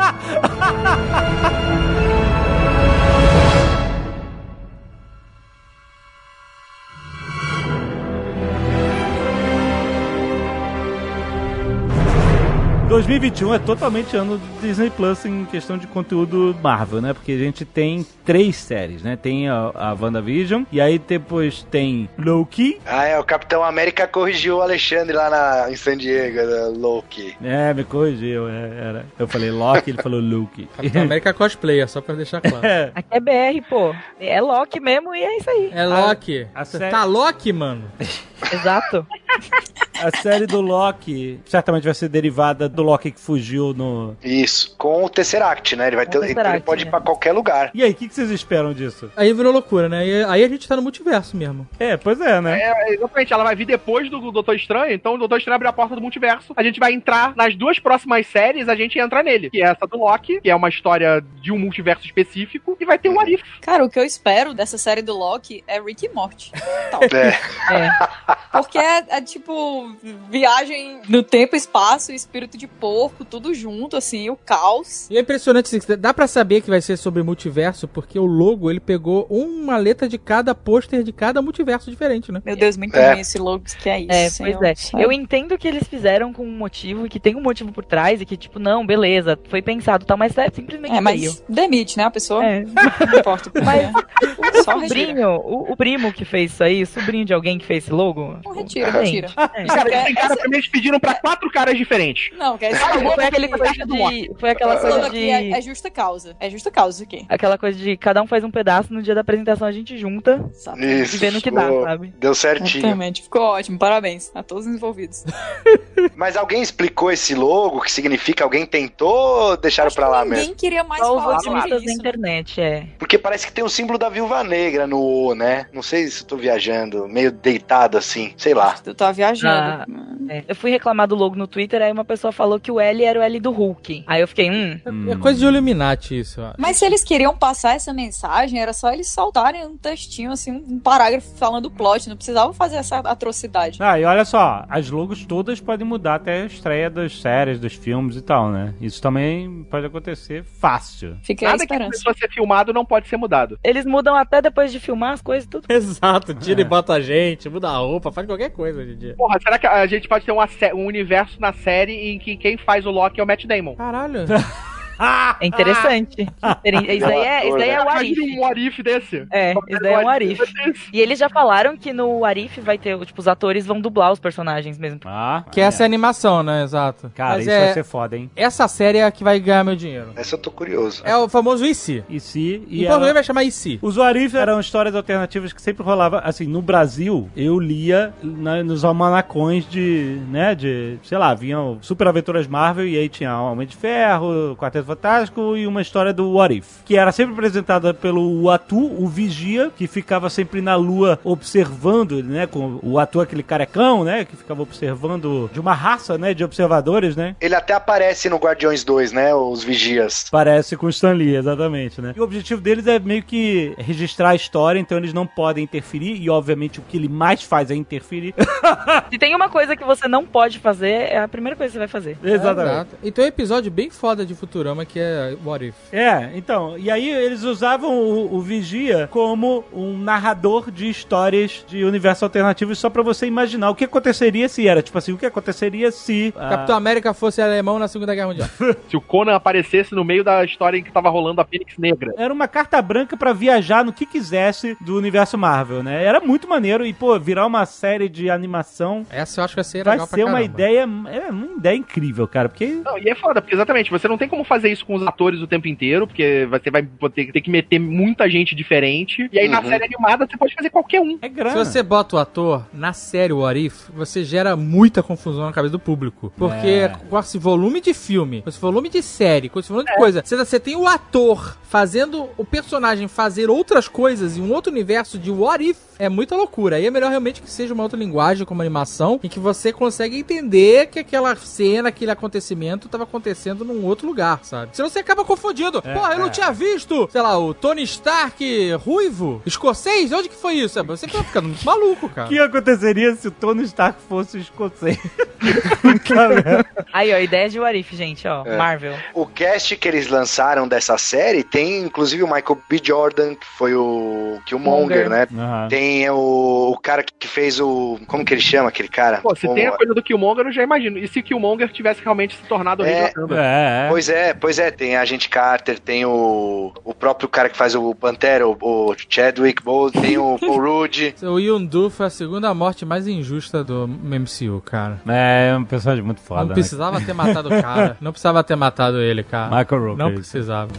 2021 é totalmente ano do Disney Plus em questão de conteúdo Marvel, né? Porque a gente tem três séries, né? Tem a, a WandaVision, e aí depois tem Loki.
Ah, é, o Capitão América corrigiu o Alexandre lá na, em San Diego, né, Loki.
É, me corrigiu, é, era. Eu falei Loki, ele falou Loki.
*laughs* Capitão América cosplayer, só pra deixar claro.
*laughs* É,
Aqui é BR, pô. É Loki mesmo e é isso aí.
É Loki.
a
Cê
série-
Tá Loki, mano?
Exato.
a série do Loki certamente vai ser derivada do Loki que fugiu no.
Isso. Com o Tesseract, né? Ele vai
Com
ter.
o Tesseract,
ele pode ir
né.
pra qualquer lugar.
E aí, o que, que vocês esperam disso?
Aí virou loucura, né? E aí a gente tá no multiverso mesmo.
É, pois é, né?
É, exatamente, ela vai vir depois do Doutor Estranho, então o Doutor Estranho abre a porta do multiverso. A gente vai entrar nas duas próximas séries, a gente entra nele. Que é essa do Loki, que é uma história de um multiverso específico, e vai ter o Arif.
Cara, o que eu espero dessa série do Loki é Rick e Morty.
*laughs*
Tal.
*laughs*
É.
Porque é, é, tipo viagem no tempo, e espaço, espírito de porco, tudo junto, assim, o caos.
E é impressionante, assim, dá pra saber que vai ser sobre multiverso, porque o logo, ele pegou uma letra de cada pôster de cada multiverso diferente, né?
Meu Deus, muito
É.
ruim esse logo, que é isso.
É,
senhor.
pois é. Eu entendo que eles fizeram com um motivo e que tem um motivo por trás e que, tipo, não, beleza, foi pensado e tal, mas é simplesmente
É,
feio.
mas demite, né, a pessoa?
É.
Não importa.
Mas *laughs*
Mas só
o
retira.
sobrinho, o, o primo que fez isso aí, o sobrinho de alguém que fez esse logo. Tipo,
Não, retira,
Gente,
retira.
é.
Isso
Cara,
aqui é-
tem cara
essa-
pra mim, eles pediram pra quatro caras diferentes.
Não, que é isso.
Foi aquele coisa de. Foi aquela coisa
aqui é, é
de.
justa causa. É justa causa aqui.
Aquela coisa de cada um faz um pedaço, no dia da apresentação a gente junta
Exato.
Isso.
e vê no que dá,
Pô,
sabe?
Deu
Então.
certinho.
Exatamente. Ficou ótimo. Parabéns a todos os envolvidos.
Mas alguém explicou esse logo, o que significa? Alguém tentou? ou Deixaram pra lá
Ninguém
mesmo?
queria mais
Só os
falar sobre
otimistas da
isso. né?
internet, é.
Porque parece que tem o símbolo da viúva negra no O, né? Não sei se eu tô viajando, meio deitado assim, sei lá.
Tu tá viajando.
Ah. É. Eu fui reclamar do logo no Twitter, aí uma pessoa falou que o L era o L do Hulk. Aí eu fiquei, hum,
É coisa de Illuminati isso, ó.
Mas se eles queriam passar essa mensagem, era só eles soltarem um textinho, assim, um parágrafo falando o plot. Não precisava fazer essa atrocidade.
Ah, e olha só, as logos todas podem mudar até a estreia das séries, dos filmes e tal, né? Isso também pode acontecer fácil.
Fica aí é a
Nada que
esperança.
começou a ser filmado não pode ser mudado.
eles mudam até depois de filmar as coisas e tudo.
*laughs* Exato, tira e bota a gente, muda a roupa, faz qualquer coisa hoje em dia.
Porra, será que a gente pode ter uma sé- um universo na série em que quem faz o Loki é o Matt Damon?
*laughs* Caralho.
Ah,
É interessante. *laughs* Isso aí é, isso aí é o
Imagina
Arif.
um Arif desse.
É, isso daí é um Arif. E eles já falaram que no Arif vai ter, tipo, os atores vão dublar os personagens mesmo.
Ah,
Que essa é a animação, né? Exato.
Cara,
Mas
isso
é...
vai ser foda, hein?
Essa série é a que vai ganhar meu dinheiro.
Essa eu tô curioso.
É o famoso IC.
E se...
E
E
em português
ela-
vai chamar IC.
Os Warif eram histórias alternativas que sempre rolava. Assim, no Brasil, eu lia na- nos almanacões de, né, de, sei lá, vinham Super Aventuras Marvel e aí tinha Homem de Ferro, Quarteto Fantástico e uma história do What If, que era sempre apresentada pelo Uatu, o vigia, que ficava sempre na lua observando, né, com o Uatu aquele carecão, né, que ficava observando de uma raça, né, de observadores, né,
Ele até aparece no Guardiões 2, né? Os vigias.
Parece com o Stan Lee, exatamente, né? E o objetivo deles é meio que registrar a história, então eles não podem interferir, e obviamente o que ele mais faz é interferir.
Ah.
Se tem uma coisa que você não pode fazer, é a primeira coisa que você vai fazer.
É, exatamente.
Exato. E tem um episódio bem foda de Futurama que é What If.
É, então, e aí eles usavam o, o Vigia como um narrador de histórias de universo alternativo só pra você imaginar o que aconteceria se era, tipo assim, o que aconteceria se... ah,
Capitão América fosse alemão na Segunda Guerra Mundial.
Se o Conan aparecesse no meio da história em que tava rolando a Fênix Negra.
Era uma carta branca pra viajar no que quisesse do universo Marvel, né? Era muito maneiro e, pô, virar uma série de animação
Essa eu acho que vai ser
Vai
legal pra
ser uma
caramba.
ideia, é uma ideia incrível, cara, porque
Não, e é foda, porque exatamente, você não tem como fazer isso com os atores o tempo inteiro, porque você vai ter, ter que meter muita gente diferente. E aí na
Uhum.
série animada você pode fazer qualquer um.
é grana.
Se você bota o ator na série What If, você gera muita confusão na cabeça do público. Porque
É.
com esse volume de filme, com esse volume de série, com esse volume
É.
de coisa, você, você tem o ator fazendo o personagem fazer outras coisas em um outro universo de What If, é muita loucura. Aí é melhor realmente que seja uma outra linguagem, como animação, em que você consegue entender que aquela cena, aquele acontecimento tava acontecendo num outro lugar, sabe? Senão você acaba confundindo.
É,
Porra, eu não
é.
tinha Tá visto, sei lá, o Tony Stark ruivo, escocês, onde que foi isso? sabe? Você tá ficando muito maluco, cara.
O que aconteceria se o Tony Stark fosse
*laughs*
escocês? Puta merda.
Aí, ó, ideia de Warif, gente, ó.
É.
Marvel.
O cast que eles lançaram dessa série tem, inclusive, o Michael B. Jordan, que foi o Killmonger,
Monger.
né?
Aham.
Tem tem o, o cara que fez o. Como que ele chama aquele cara?
Pô, se
O-
tem a coisa do Killmonger, eu já imagino. E se Killmonger tivesse realmente se tornado o rei
É,
da Wakanda?
É, é.
Pois é, pois é, tem a Agente Carter, tem o, o próprio cara que faz o Pantera, o, o Chadwick Boseman, tem o
*laughs*
Paul Rudd.
O Yondu foi a segunda morte mais injusta do MCU, cara.
É, é um personagem muito foda.
não
né?
precisava ter matado o cara. Não precisava ter matado ele, cara.
Michael Rooker.
Não precisava.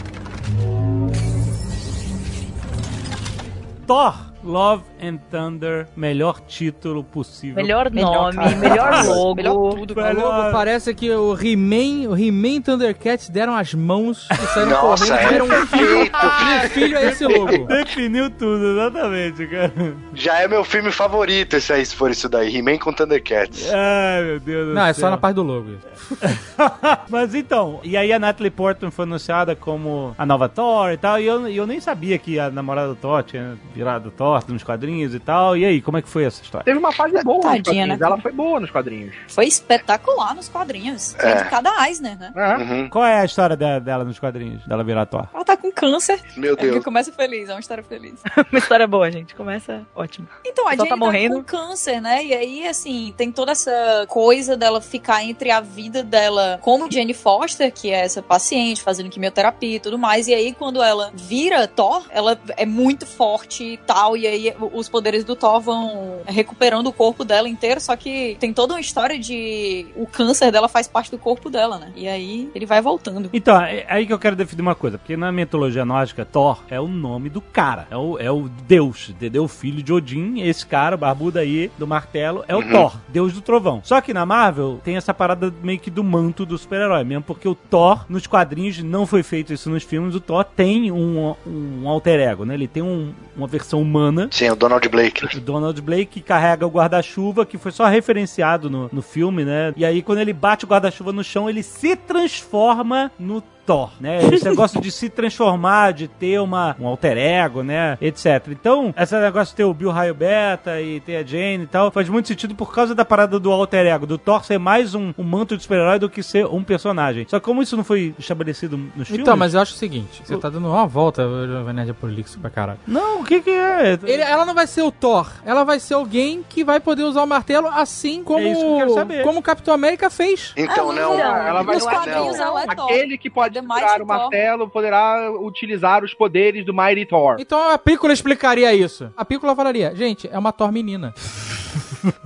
Thor, Love and Thunder, melhor título possível.
Melhor
Melhor
nome,
cara.
melhor logo.
Melhor tudo, cara.
Logo, Tá parece que o He-Man, o He-Man e Thundercats deram as mãos e saíram
Nossa,
correndo e
é
viram um
perfeito.
filho, filho a esse logo.
Definiu tudo, exatamente, cara.
Já é meu filme favorito esse aí, se for isso daí. He-Man com Thundercats.
Ai, meu Deus do
Não, é
céu.
só na parte do logo. isso.
*laughs* Mas então, e aí a Natalie Portman foi anunciada como a nova Thor e tal, e eu, e eu nem sabia que a namorada do Thor tinha virado Thor nos quadrinhos e tal. E aí, como é que foi essa história?
Teve uma fase boa nos
Tadinha,
quadrinhos.
né?
Ela foi boa nos quadrinhos.
Foi espetacular nos quadrinhos. Foi
É.
de cada Eisner, né?
É.
Uhum.
Qual é a história de- dela nos quadrinhos? Dela virar Thor?
Ela tá com câncer.
Meu
É que *laughs*
Deus.
começa feliz, é uma história feliz.
*laughs* Uma história boa, gente. Começa ótimo.
Então, a
Só
Jane
tá
tá
morrendo.
com câncer, né? E aí, assim, tem toda essa coisa dela ficar entre a vida dela como Jane Foster, que é essa paciente, fazendo quimioterapia e tudo mais. E aí, quando ela vira Thor, ela é muito forte e tal. E aí, os poderes do Thor vão recuperando o corpo dela inteiro. Só que tem toda uma história de o câncer dela faz parte do corpo dela, né? E aí, ele vai voltando.
Então, é aí que eu quero definir uma coisa, porque na mitologia nórdica, Thor é o nome do cara, é o, é o deus, entendeu? O filho de Odin, esse cara, o barbudo aí, do martelo, é o Thor, deus do trovão. Só que na Marvel tem essa parada meio que do manto do super-herói, mesmo porque o Thor, nos quadrinhos, não foi feito isso nos filmes, o Thor tem um, um alter ego, né? Ele tem um- uma versão humana
Sim, é o Donald Blake.
Ah,
o Donald Blake que carrega o guarda-chuva, que foi só referenciado no, no filme, né? E aí, quando ele bate o guarda-chuva no chão, ele se transforma no Thor, *laughs* né? Esse negócio de se transformar, de ter uma, um alter ego, né? Etc. Então, esse negócio de ter o Bill Raio Beta e ter a Jane e tal, faz muito sentido por causa da parada do alter ego, do Thor ser mais um, um manto de super-herói do que ser um personagem. Só que como isso não foi estabelecido nos filmes...
Então, mas eu acho o seguinte: você tá dando uma volta, Jovem Nerd é prolixo pra caralho.
Não, o que que é?
Ele- ela não vai ser o Thor, ela vai ser alguém que vai poder usar o martelo assim como,
isso que eu quero saber.
como o Capitão América fez.
Então,
Ah,
não.
não.
Ela vai
Nos
não,
quadrinhos
não.
ela é Thor.
Aquele que pode
The Mighty
tirar
Thor.
o martelo poderá utilizar os poderes do Mighty Thor.
Então a Pícola explicaria isso. A Pícola falaria, gente, é uma Thor menina.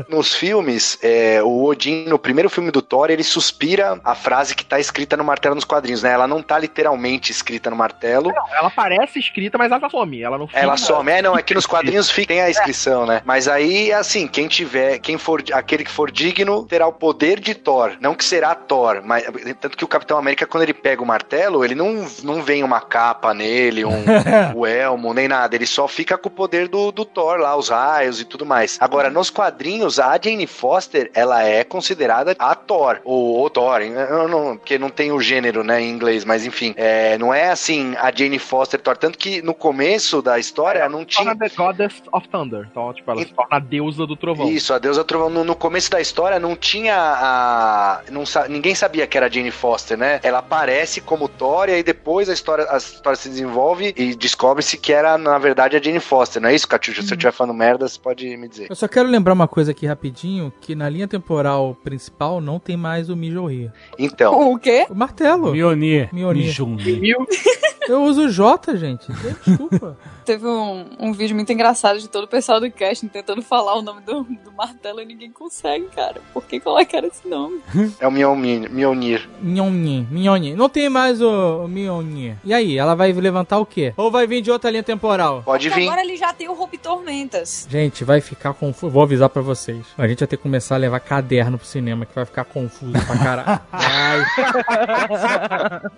Nos filmes, é, o Odin, no primeiro filme do Thor, ele suspira a frase que tá escrita no martelo nos quadrinhos, né? Ela não tá literalmente escrita no martelo.
Ela parece escrita, mas ela some. Ela não
Ela
some.
some. É, não, é que nos quadrinhos fica, tem a inscrição, né? Mas aí, assim, quem tiver, quem for, aquele que for digno, terá o poder de Thor. Não que será Thor, mas tanto que o Capitão América, quando ele pega o martelo, ele não, não vem uma capa nele, um, o elmo, nem nada. Ele só fica com o poder do, do Thor lá, os raios e tudo mais. Agora, nos quadrinhos, a Jane Foster, ela é considerada a Thor, ou o Thor, hein? Eu não- porque não tem o gênero, né, em inglês, mas enfim. É, não é assim a Jane Foster Thor. Tanto que no começo da história, ela não
Se torna
tinha.
The Goddess of Thunder. Então, tipo, ela se torna a deusa do trovão.
Isso, a deusa trovão. No, no começo da história não tinha a. não sa- ninguém sabia que era a Jane Foster, né? Ela aparece como Thor e aí depois a história, a história se desenvolve e descobre-se que era, na verdade, a Jane Foster. Não é isso, Catiuxa?
Hum.
Se eu estiver falando merda, você pode me dizer.
Eu só quero lembrar uma coisa aqui rapidinho, que na linha temporal principal não tem mais o Mijorri.
Então.
O quê?
O
é
martelo.
Mionir.
Mjolnir.
né?
Mjolnir.
Mil-
Eu uso o J, gente. *laughs* Desculpa.
Teve um, um vídeo muito engraçado de todo o pessoal do casting tentando falar o nome do, do martelo e ninguém consegue, cara. Por que colocaram esse nome?
É o Mjolnir. Mjolnir.
Mionhe, Mionhe. Não tem mais o, o Mionhe. E aí, ela vai levantar o quê? Ou vai vir de outra linha temporal?
Pode vir.
Agora ele já tem o Roupe Tormentas.
Gente, vai ficar confuso. Vou avisar pra vocês. A gente vai ter que começar a levar caderno pro cinema, que vai ficar confuso pra caralho.
*laughs*
Ai.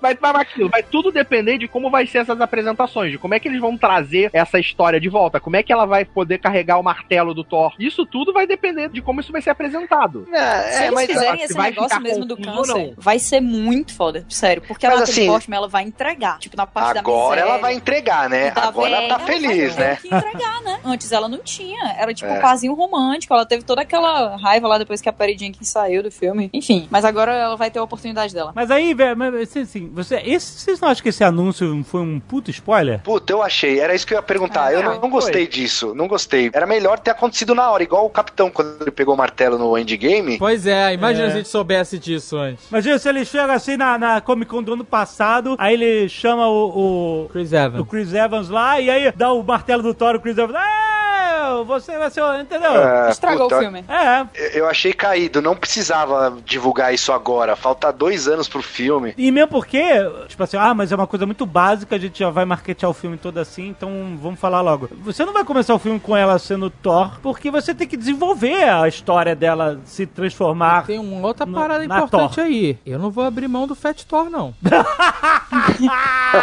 Vai, vai, aquilo, vai tudo depender de como vai ser essas apresentações, de como é que eles vão trazer essa história de volta, como é que ela vai poder carregar o martelo do Thor. Isso tudo vai depender de como isso vai ser apresentado.
É,
Se eles
acho
fizerem
que
esse
vai
negócio
ficar
mesmo do
confuso ou
câncer, vai ser muito foda. Sério. Porque
Mas
a Natalie
assim,
Portman, ela vai entregar. Tipo, na parte
Agora
da miséria,
ela vai entregar, né?
da
Agora ela tá
velha, ela
feliz,
vai
né?
ter que entregar, né? Antes ela não tinha. Era tipo
É.
um pazinho romântico. Ela teve toda aquela raiva lá depois que a Perry Jenkins saiu do filme. Enfim, mas agora ela vai ter a oportunidade dela.
Mas aí, velho, mas, assim, assim, você, esse, vocês não acham que esse anúncio isso foi um puto spoiler?
Puta, eu achei. Era isso que eu ia perguntar. eu
Ah.
não, não gostei disso. Não gostei. Era melhor ter acontecido na hora, igual o Capitão quando ele pegou o martelo no Endgame.
Pois é, imagina
É.
se a gente soubesse disso antes.
Imagina se ele chega assim na, na Comic Con do ano passado, aí ele chama o, o-
Chris
o
Evans.
Chris Evans lá e aí dá o martelo do Thor, o Chris Evans. Ah, você vai ser. o-" Entendeu?
É.
Ah,
Estragou
puta,
o filme.
É.
eu- Eu achei caído. Não precisava divulgar isso agora. Falta dois anos pro filme.
E mesmo porque, tipo assim, ah, mas é uma coisa muito básica, a gente já vai marketear o filme todo assim, então vamos falar logo. Você não vai começar o filme com ela sendo Thor, porque você tem que desenvolver a história dela se transformar.
Tem uma outra
No-
parada
na
importante
Thor.
aí. Eu não vou abrir mão do Fat
*laughs*
Thor, não.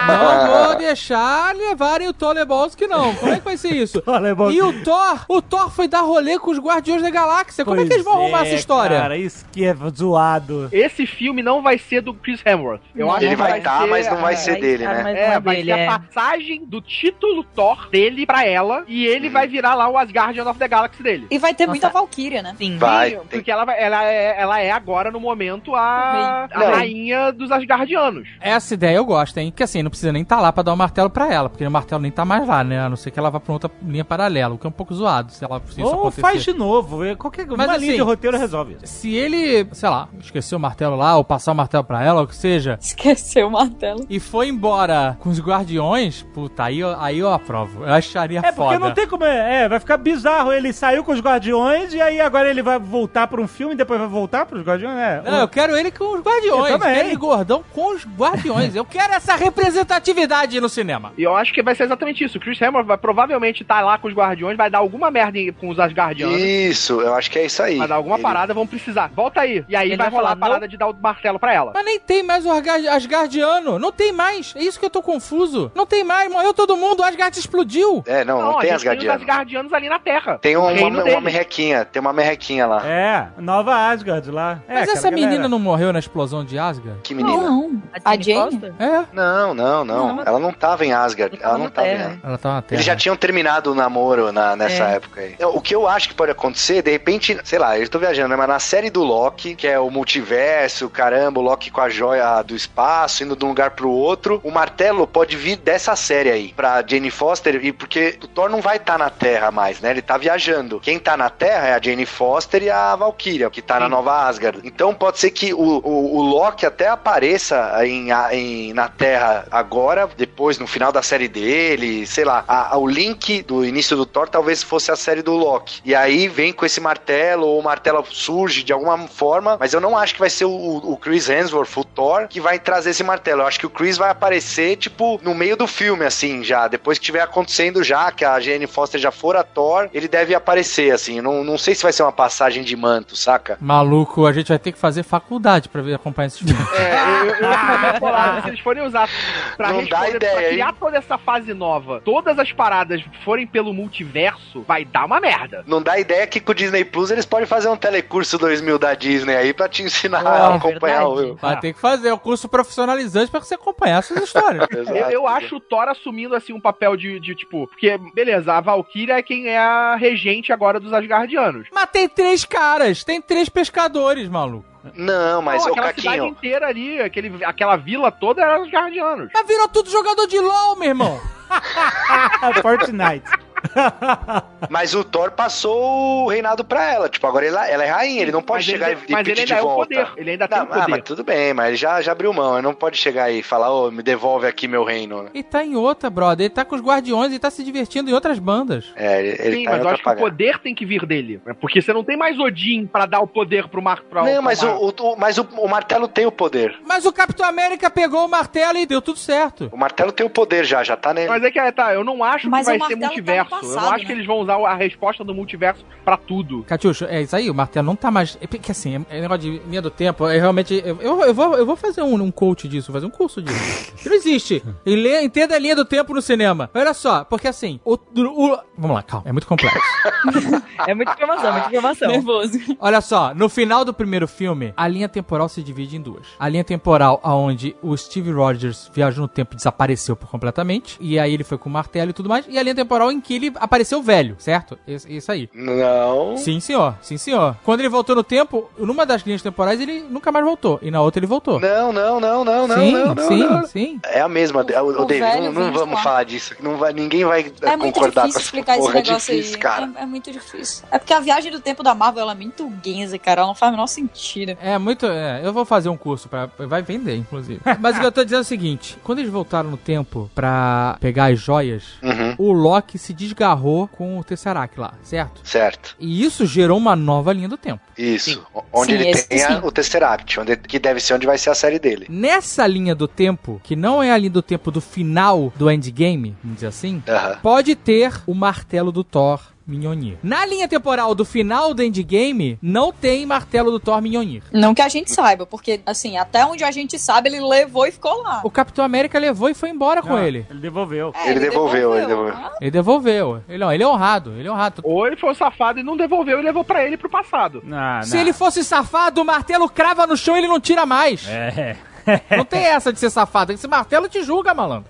não vou deixar levarem o Thor Lebalski, não. Como é que vai ser isso?
Olha, bom.
E o Thor, o Thor foi dar rolê com os Guardiões da Galáxia. Como é que eles vão
Pois
arrumar essa história?
Cara, isso que é zoado.
Esse filme não vai ser do Chris Hemsworth. Eu
Não,
acho
Ele
que
vai estar,
ser
mas não vai
a-
ser dele,
Ah,
né?
mas não
É,
é
vai
dele,
ser
é.
tá.
a passagem do título Thor dele pra ela e ele vai virar lá o Asgardian of the Galaxy dele.
E vai ter
Nossa.
muita Valkyria, né?
Sim.
Vai.
Sim,
Tem...
Porque ela, vai- ela, é, ela é agora, no momento, a, a
Não.
rainha dos Asgardianos.
Essa ideia eu gosto, hein? Que assim, não precisa nem estar lá pra dar o martelo pra ela, porque o martelo nem tá mais lá, né? A não ser que ela vá pra outra linha paralela, o que é um pouco zoado se ela se isso
Ou
acontecer.
faz de novo. é Qualquer
Mas
uma linha
assim,
de roteiro resolve isso.
Se ele, sei lá, esqueceu o martelo lá, ou passar o martelo pra ela, ou o que seja,
Esqueceu o martelo.
e foi embora com os guardiões, puta, aí eu, aí eu aprovo. Eu acharia
É, porque
foda.
não tem como. É, é, vai ficar bizarro. Ele saiu com os Guardiões e aí agora ele vai voltar pra um filme e depois vai voltar pros Guardiões, né?
Não, eu quero ele com os guardiões.
Eu também.
quero ele gordão com os guardiões. eu quero essa representatividade no cinema.
E eu acho que vai ser exatamente isso. O Chris Hemsworth vai provavelmente estar lá com os Guardiões, vai dar alguma merda em- com os Asgardianos.
Isso, eu acho que é isso aí.
Vai dar alguma
Ele-
parada, vão precisar. Volta aí. E aí
Ele
vai
vai
rolar
falar,
a parada de dar o martelo pra ela.
Mas nem tem mais o Asgard- Asgardiano. Não tem mais. É isso que eu tô confuso. Não tem mais. Morreu todo mundo. O Asgard explodiu.
É, não, não, tem
a gente Tem os
Asgardiano.
Asgardianos ali na Terra.
Tem
O
um-
reino
uma, uma
deles.
merrequinha, tem uma merrequinha lá.
É, Nova Asgard lá. É,
Mas
aquela
essa menina
galera.
não morreu na explosão de Asgard?
Que menina.
não.
A
A
Jane?
Jane?
Foster?
É.
Não, não, não.
Não,
ela não tava em Asgard.
ela
Ela
tava
não
na
tava em
Terra.
Asgard.
Ela tá na Terra.
Eles já tinham terminado o namoro na, nessa
É.
época aí. O que eu acho que pode acontecer, de repente, sei lá, eu tô viajando, né? Mas na série do Loki, que é o multiverso, caramba, o Loki com a joia do espaço, indo de um lugar pro outro, o martelo pode vir dessa série aí, pra Jane Foster, e porque o Thor não vai estar na Terra mais, né? Ele tá viajando. Quem tá na Terra é a Jane Foster e a Valkyria, que tá na Nova Asgard. Então pode ser que o, o, o Loki até apareça em, a- em- na Terra agora, depois, no final da série dele, sei lá. A- a- o link do início do Thor talvez fosse a série do Loki. E aí vem com esse martelo, ou o martelo surge de alguma forma, mas eu não acho que vai ser o, o Chris Hemsworth, o Thor, que vai trazer esse martelo. Eu acho que o Chris vai aparecer, tipo, no meio do filme, assim, já. Depois que tiver acontecendo já, que a Jane Foster já for a Thor, ele deve aparecer, assim. Não, não sei se vai ser uma passagem de manto, saca?
Maluco, a gente vai ter que fazer faculdade pra ver, acompanhar esse filme.
É, eu, eu, eu fico meio bolado se eles forem usar pra,
Não dá
responder,
ideia,
pra criar toda essa fase nova, todas as paradas forem pelo multiverso, vai dar uma merda.
Não dá ideia que com o Disney Plus eles podem fazer um telecurso 2000 da Disney aí pra te ensinar
Ah,
a acompanhar
É verdade.
o.
Vai ter que fazer um curso profissionalizante pra você acompanhar essas histórias.
Eu, eu acho o Thor assumindo assim um papel de, de, tipo, porque beleza, a Valkyria é quem é a regente agora dos Asgardianos.
Mas tem três caras, tem três pescadores, maluco.
Não, mas
Não,
ô
aquela cidade
Caquinho.
inteira ali, aquele, aquela vila toda era Asgardianos.
Mas virou tudo jogador de LOL, meu irmão.
É Fortnite.
Mas o Thor passou o reinado pra ela. Tipo, agora ela, ela é rainha, ele não pode
Mas
chegar
ele,
e
mas
pedir
ele
de
ainda é o
volta.
poder, ele ainda tem
Não,
o
ah,
poder.
mas tudo bem, mas ele já, já abriu mão. Ele não pode chegar aí e falar, ô, me devolve aqui meu reino. né?
Ele tá em outra, brother. Ele tá com os guardiões e tá se divertindo em outras bandas.
É, ele, ele tá em
Sim, mas eu
outra
acho que o
pagada.
poder tem que vir dele. né? Porque você não tem mais Odin pra dar o poder pro Marco. Pra, pra
Não, mas,
Mar-
o, o- o- mas o, o martelo tem o poder.
Mas o Capitão América pegou o martelo e deu tudo certo.
O martelo tem o poder já, já tá nele.
Mas é que é, tá, eu não acho
Mas
que
o
vai
martelo tá
ser
no
multiverso. eu não
passado,
acho
né?
que eles vão usar a resposta do multiverso pra tudo.
Catiucho, é isso aí, o martelo não tá mais. É porque assim, é- é negócio de linha do tempo. É realmente. Eu, eu- eu vou, eu vou fazer um, um coach disso, vou fazer um curso disso. Isso não existe. E lê- entenda a linha do tempo no cinema. Olha só, porque assim, o- o. Vamos lá, calma, é muito complexo.
É muita
*laughs*
informação, muita
então,
informação. É
Nervoso.
Olha só, no final do primeiro filme, a linha temporal se divide em duas. A linha temporal aonde o Steve Rogers viajou no tempo e desapareceu por completamente, e aí ele foi com o martelo e tudo mais, e a linha temporal em que ele ele apareceu velho, certo? Isso isso aí.
Não.
Sim, senhor. Sim, senhor. Quando ele voltou no tempo, numa das linhas temporais ele nunca mais voltou. E na outra ele voltou.
Não, não, não, não, não,
sim,
não, não,
sim,
não.
sim.
É a mesma, o,
o velho
não, não
24.
vamos falar disso. Não vai, ninguém vai eh,
É muito
concordar
difícil
com
explicar
essa
esse
porra. É
negócio
difícil,
aí.
cara.
É, é muito difícil. É porque a viagem do tempo da Marvel ela é muito guinza, cara. Ela não faz o menor sentido.
É, muito. é, eu vou fazer um curso para Vai vender,
*laughs*
inclusive. Mas o que eu tô dizendo é o seguinte: quando eles voltaram no tempo pra pegar as joias,
Uhum,
o Loki se desgarrou com o Tesseract lá, certo?
certo,
E isso gerou uma nova linha do tempo.
isso. O- Onde
Sim,
ele
esse
tem a-
sim.
o Tesseract, onde, que deve ser onde vai ser a série dele.
Nessa linha do tempo, que não é a linha do tempo do final do endgame, vamos dizer assim,
Aham.
pode ter o martelo do Thor. Mjolnir. Na linha temporal do final do Endgame, não tem martelo do Thor Mjolnir.
Não que a gente saiba, porque, assim, até onde a gente sabe, ele levou e ficou lá.
O Capitão América levou e foi embora *laughs* com
Ah,
ele.
Ele devolveu.
É,
Ele devolveu, ele devolveu.
Ah,
Ele devolveu. Ele, não, ele é honrado, ele é honrado.
Ou ele foi um safado e não devolveu e levou pra ele pro passado.
Ah,
Se
não.
ele fosse safado, o martelo crava no chão e ele não tira mais.
É.
Não tem essa de ser safado. Esse martelo te
*laughs*
julga, malandro.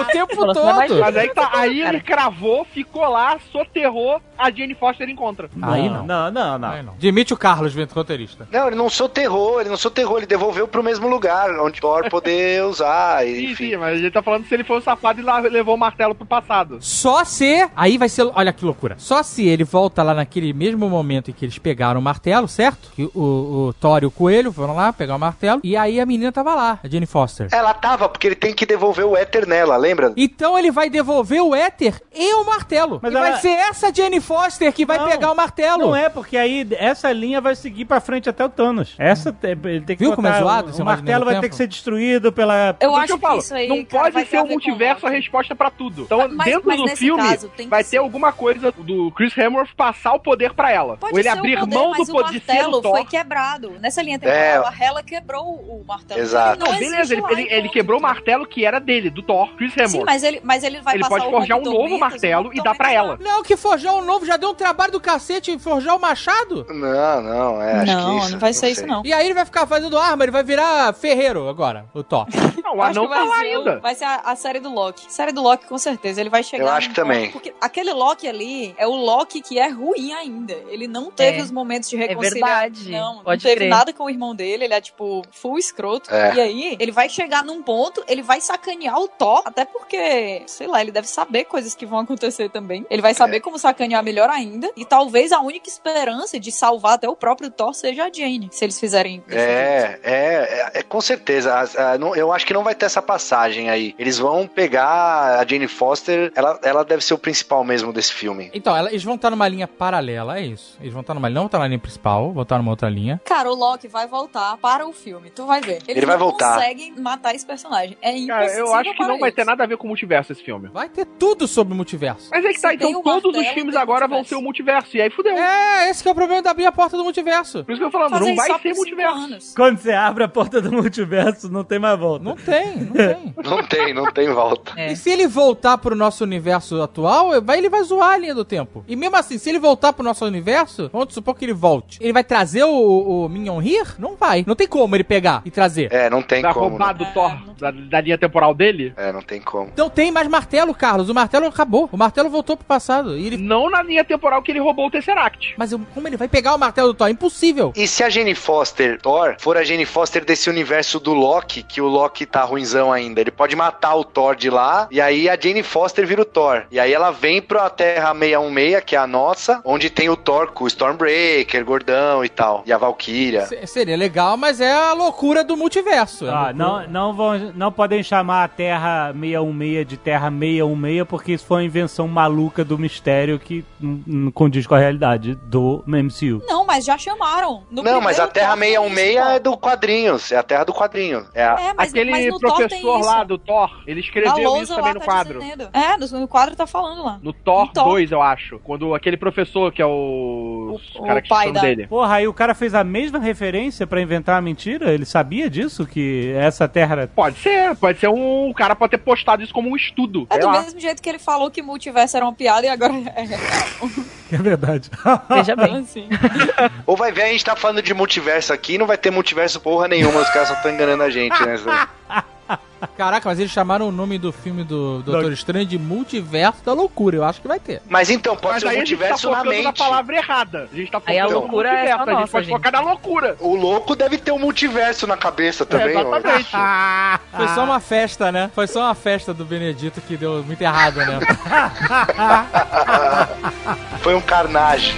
o tempo
Falou, você é
todo.
vai
Mas aí, tá, aí ele cravou, ficou lá, soterrou, a Jane Foster encontra.
Aí não.
Não, não, não.
Aí não. Demite o Carlos, vento roteirista.
Não, ele não soterrou, ele não soterrou, ele devolveu pro mesmo lugar, onde Thor poder usar, e,
Sim,
enfim.
sim, mas a gente tá falando se ele foi um safado e lá levou o martelo pro passado.
Só se. Aí vai ser. Olha que loucura. Só se ele volta lá naquele mesmo momento em que eles pegaram o martelo, certo? Que o, o Thor e o Coelho foram lá pegar o martelo. E aí a menina tava lá, a Jane Foster.
Ela tava, porque ele tem que devolver o éter nela, lembra?
Então ele vai devolver o éter e o martelo.
Mas
e
ela-
vai ser essa Jane Foster que vai
Não,
pegar o martelo.
Não é, porque aí essa linha vai seguir pra frente até o Thanos. Essa te- ele tem que
Viu como é
botar-
zoado esse
O
negócio de
martelo vai
tempo?
ter que ser destruído pela.
Eu
Por
acho que, isso aí.
não
cara, vai
pode
ter
ser
a
o
ver com
multiverso a
Loki.
resposta pra tudo. Então,
Mas-
dentro
mas
do
nesse
filme,
caso, tem que
vai
ser.
ter alguma coisa do Chris Hemsworth passar o poder pra ela.
Pode
Ou ele
ser o
abrir
poder,
mão
mas
do
o
poder de ser
martelo
o Thor.
foi quebrado. Nessa linha
É.
temporal, a Hela quebrou o martelo.
Exato.
Não, beleza,
existe
ele,
lá,
ele-
então.
ele quebrou o martelo que era dele, do Thor, Chris
Sim,
Hemsworth.
mas ele, mas ele vai
Ele
passar
pode
o
forjar um
Rock
novo
Tormentas,
martelo
o
e dar pra ela.
Não, que forjar o novo já deu um trabalho do cacete em forjar o machado.
Não, não, é, acho que
Não,
isso.
não vai ser isso,
sei.
não.
E aí ele vai ficar fazendo arma, ele vai virar ferreiro agora, o Thor.
Não,
Eu
o
acho
anão
que vai
tá lá
ser o-
ainda.
Vai ser a, a série do Loki. Série do Loki, com certeza. Ele vai chegar.
Eu acho
num
que também.
ponto- Porque aquele Loki ali é o Loki que é ruim ainda. Ele não teve
É.
os momentos de
É
reconciliação.
verdade.
Não, não
Pode
teve
crer.
nada com o irmão dele, ele é tipo full escroto.
É.
E aí, ele vai chegar num ponto, ele vai sacanear o Thor, até porque, sei lá, ele deve saber coisas que vão acontecer também. Ele vai
É.
saber como sacanear melhor ainda. E talvez a única esperança de salvar até o próprio Thor seja a Jane, se eles fizerem desse jeito.
É, é, é, é, com certeza. As- a- não- eu acho que não vai ter essa passagem aí. Eles vão pegar a Jane Foster, ela, ela deve ser o principal mesmo desse filme.
Então, ela- eles vão estar numa linha paralela, é isso. Eles vão estar numa linha, não vão estar na linha principal, vão estar numa outra linha.
Cara, o Loki vai voltar para o filme. Tu vai ver. Eles
Ele vai
não
voltar.
conseguem matar esse personagem. É impossível.
Cara, eu acho que
para
não vai
eles.
ter nada a ver com o multiverso esse filme.
Vai ter tudo sobre o multiverso.
Mas é que
Se
tá,
tem
então
o
todos os
martelo,
filmes
tem o
agora vão
multiverso.
ser o multiverso. E aí fudeu.
É, esse que é o problema de abrir a porta do multiverso.
Por isso que eu tô falando,
Fazer
não
isso só
vai
por
ser
cinco
multiverso.
anos.
Quando você abre a porta do multiverso, não tem mais volta.
Não tem,
*laughs*
não
É.
tem.
Não tem, não tem volta.
É.
E se ele voltar pro nosso universo atual, vai, ele vai zoar a linha do tempo. E mesmo assim, se ele voltar pro nosso universo, vamos supor que ele volte. Ele vai trazer o, o Minion Here? Não vai. Não tem como ele pegar e trazer.
É, não tem
Vai
como.
roubar
Né?
do Thor da, da linha temporal dele?
É, não tem como.
Não Então tem mais martelo, Carlos. O martelo acabou. O martelo voltou pro passado. E ele...
Não na linha temporal que ele roubou o Tesseract.
Mas eu- como ele vai pegar o martelo do Thor? Impossível.
E se a Jane Foster, Thor, for a Jane Foster desse universo do Loki, que o Loki tá ruinzão ainda, ele pode matar o Thor de lá, e aí a Jane Foster vira o Thor. E aí ela vem pra Terra 616, que é a nossa, onde tem o Thor com o Stormbreaker, Gordão e tal, e a Valkyria.
Se- Seria legal, mas é a loucura do multiverso. É a
Ah,
loucura.
não, não, vão, não podem chamar a Terra 616 de Terra 616, porque isso foi uma invenção maluca do mistério que não não condiz com a realidade do MCU.
Não, mas já chamaram. No
Não,
primeiro
mas a Terra
Thor tem
616
isso,
é
pô.
do quadrinhos, é a Terra do quadrinho. É a-
É, mas,
Aquele
mas no Thor tem
professor
isso.
lá do Thor, ele
A
escreveu isso
lousa
também
lá
no
tá
quadro.
dizendo. É, no, no quadro tá falando lá.
No Thor,
No Thor.
2, eu acho. Quando aquele professor que é o.
O- o
cara que
pai
esqueci o nome
da-
dele.
Porra, aí o cara fez a mesma referência pra inventar a mentira? Ele sabia disso? Que essa Terra era...
Pode ser, pode ser um. O cara pode ter postado isso como um estudo.
É
sei
do
lá.
mesmo jeito que ele falou que multiverso era uma piada e agora é
*laughs* É verdade.
Veja bem.
assim.
Ou vai ver, a gente tá
*laughs*
falando de multiverso aqui, não vai ter multiverso porra nenhuma, os caras só tão enganando a gente, né?
Caraca, mas eles chamaram o nome do filme do Doutor Estranho de Multiverso da Loucura. Eu acho que vai ter.
Mas então, pode
Mas
ser um
aí a gente tá
multiverso na
focando
mente.
na palavra errada. A gente tá
Aí a
focando no
loucura é
multiverso,
só
A gente
nossa,
pode
gente.
focar na loucura.
O louco deve ter um multiverso na cabeça também, ó.
Exatamente.
*laughs*
*laughs*
Foi
Ah.
só uma festa, né? Foi só uma festa do Benedito que deu muito errado, *laughs* né?
Foi um carnage.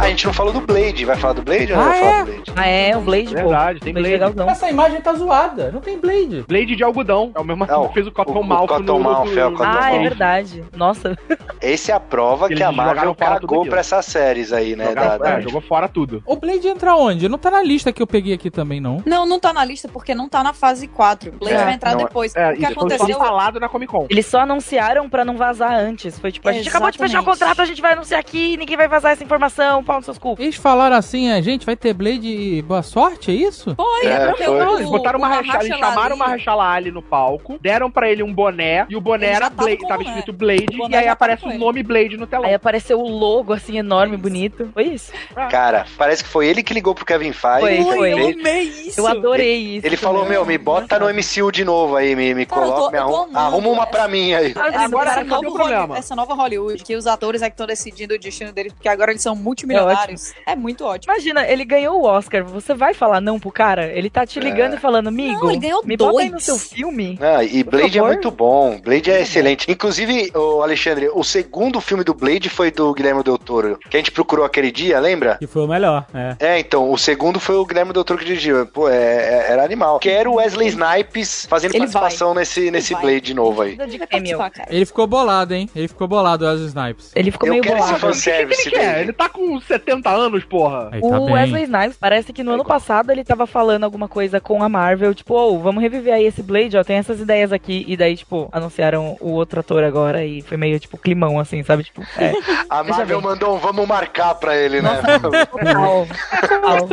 A gente não falou do Blade. Vai falar do Blade ou não
Ah,
vai falar
é?
do Blade?
Ah, é, o Blade, pô.
Verdade, tem
Blade
Blade.
legalzão.
Essa imagem tá zoada. Não tem Blade.
Blade de algodão. É o mesmo
Não,
que fez o
o-
Cotton
o
Mouth
Cotton Mouth, é, o Cotton
Ah, é
Mouth.
verdade. Nossa,
Essa é a prova
Eles
que a
jogaram
Marvel
fora tudo
cagou
aquilo.
pra essas séries aí, né?
Jogaram-
da- da-
é, jogou fora tudo.
O Blade entra onde? Não tá na lista que eu peguei aqui também, não.
Não, não tá na lista porque não tá na fase 4. Blade
É,
vai entrar
não é-
depois. o
É,
que
isso foi só
aconteceu
falado na Comic Con.
eles só anunciaram pra não vazar antes. Foi tipo, a gente acabou de fechar o
Exatamente.
contrato, a gente vai anunciar aqui, ninguém vai vazar essa informação, pau nos seus cu.
Eles falaram assim, a gente vai ter Blade e boa sorte, é isso?
foi,
É,
porque
foi.
o-
Eles botaram
o
uma Mahashala, eles
Mahershala
chamaram
Ali-
uma Mahershala Ali no palco, deram pra ele um boné, e o boné
Ele já
era
tava
Blade,
com o
tava
boné.
escrito
O
Blade,
boné
e
já
aí
tava
aparece
com
o
ele.
nome Blade no telão. Ah,
Aí apareceu o logo, assim, enorme,
Isso.
bonito. Foi isso?
Cara, parece que foi ele que ligou pro Kevin Feige.
Foi,
pro
Ui,
foi.
eu
Blade.
amei isso.
Eu adorei isso.
Ele falou, meu, me bota no MCU de novo aí, me, me
Cara, eu tô-
coloca, me
eu tô
arruma,
amando né?
arruma uma pra mim aí.
Cara,
Essa,
Agora,
essa
cadê o
nova
problema?
Hollywood, essa nova Hollywood, que os atores é que estão decidindo o destino deles, porque agora eles são multimilionários. É, muito ótimo.
Imagina, ele ganhou o Oscar. Você vai falar não pro cara? Ele tá te
É.
ligando e falando, amigo,
Não, ele ganhou
me bota aí
dois.
no seu filme.
Ah, e Blade é
favor.
muito bom. Blade é excelente. Inclusive, o Alexandre, o segundo filme do Blade foi do Guilherme Del Toro, que a gente procurou aquele dia, lembra?
Que foi o melhor, é.
É, então, o segundo foi o Guilherme Del Toro que dirigiu. Pô, é- é- era animal. Quero Wesley Snipes fazendo
Ele
participação nesse, nesse
vai.
Blade novo aí.
é De
Vai
cameo.
participar, cara.
Ele ficou bolado, hein? Ele ficou bolado, as Snipes.
Ele ficou
Eu
meio
quero esse
bolado.
fanservice
Ele quer,
dele.
ele tá com 70 anos, porra.
Aí tá
O Wesley Snipes, parece que no ano passado ele tava falando alguma coisa com a Marvel, tipo, ô, vamos reviver aí esse Blade, ó, tem essas ideias aqui. E daí, tipo, anunciaram o outro ator agora e foi meio, tipo, climão, assim, sabe? Tipo, é.
A
Veja
Marvel
bem.
mandou um vamos marcar pra ele, né? *laughs*
total, total.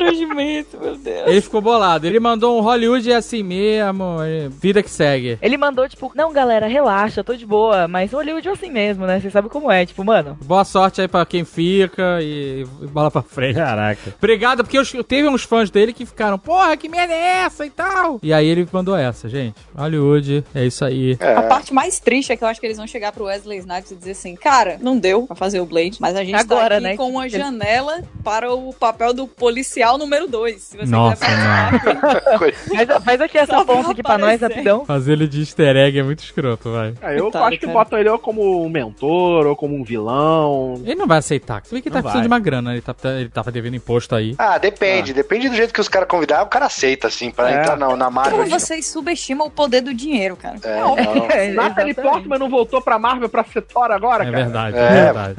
Ele ficou bolado. Ele mandou um Hollywood é assim mesmo, é vida que segue.
Ele mandou, tipo, não, galera, relaxa, tô de boa, mas Hollywood é assim mesmo, né? Vocês sabem como é, tipo, mano.
Boa sorte aí pra quem fica e e bola pra frente.
Caraca.
Obrigado, porque eu, teve uns fãs dele que ficaram, porra, que merda é essa e tal. E aí ele mandou essa, gente. Hollywood, é isso aí.
A parte mais triste é que eu acho que eles vão chegar pro Wesley Snipes e dizer assim, cara, não deu pra fazer o Blade, mas a gente
Agora,
tá aqui
né?
com uma janela para o papel do policial número 2. Se você
Nossa,
quiser
mano.
Faz, faz aqui essa
Só pra
ponte aqui pra nós,
aparecer.
rapidão.
Fazer ele de easter egg é muito escroto, vai.
Ah, eu
Coitado,
acho que
cara.
botam ele ou como um mentor, ou como um vilão.
Ele não vai aceitar. Se bem que ele
Não
tá precisando
vai.
de uma grana, ele, tá, ele tava devendo imposto aí.
Ah, depende. Depende do jeito que os caras convidar, o cara aceita, assim, pra
É.
entrar na, na Marvel.
Como vocês subestimam o poder do dinheiro, cara?
É,
*laughs*
não.
É,
Natalie
exatamente.
Portman não voltou pra Marvel pra ser Thor agora,
É
cara?
verdade, é,
É.
verdade.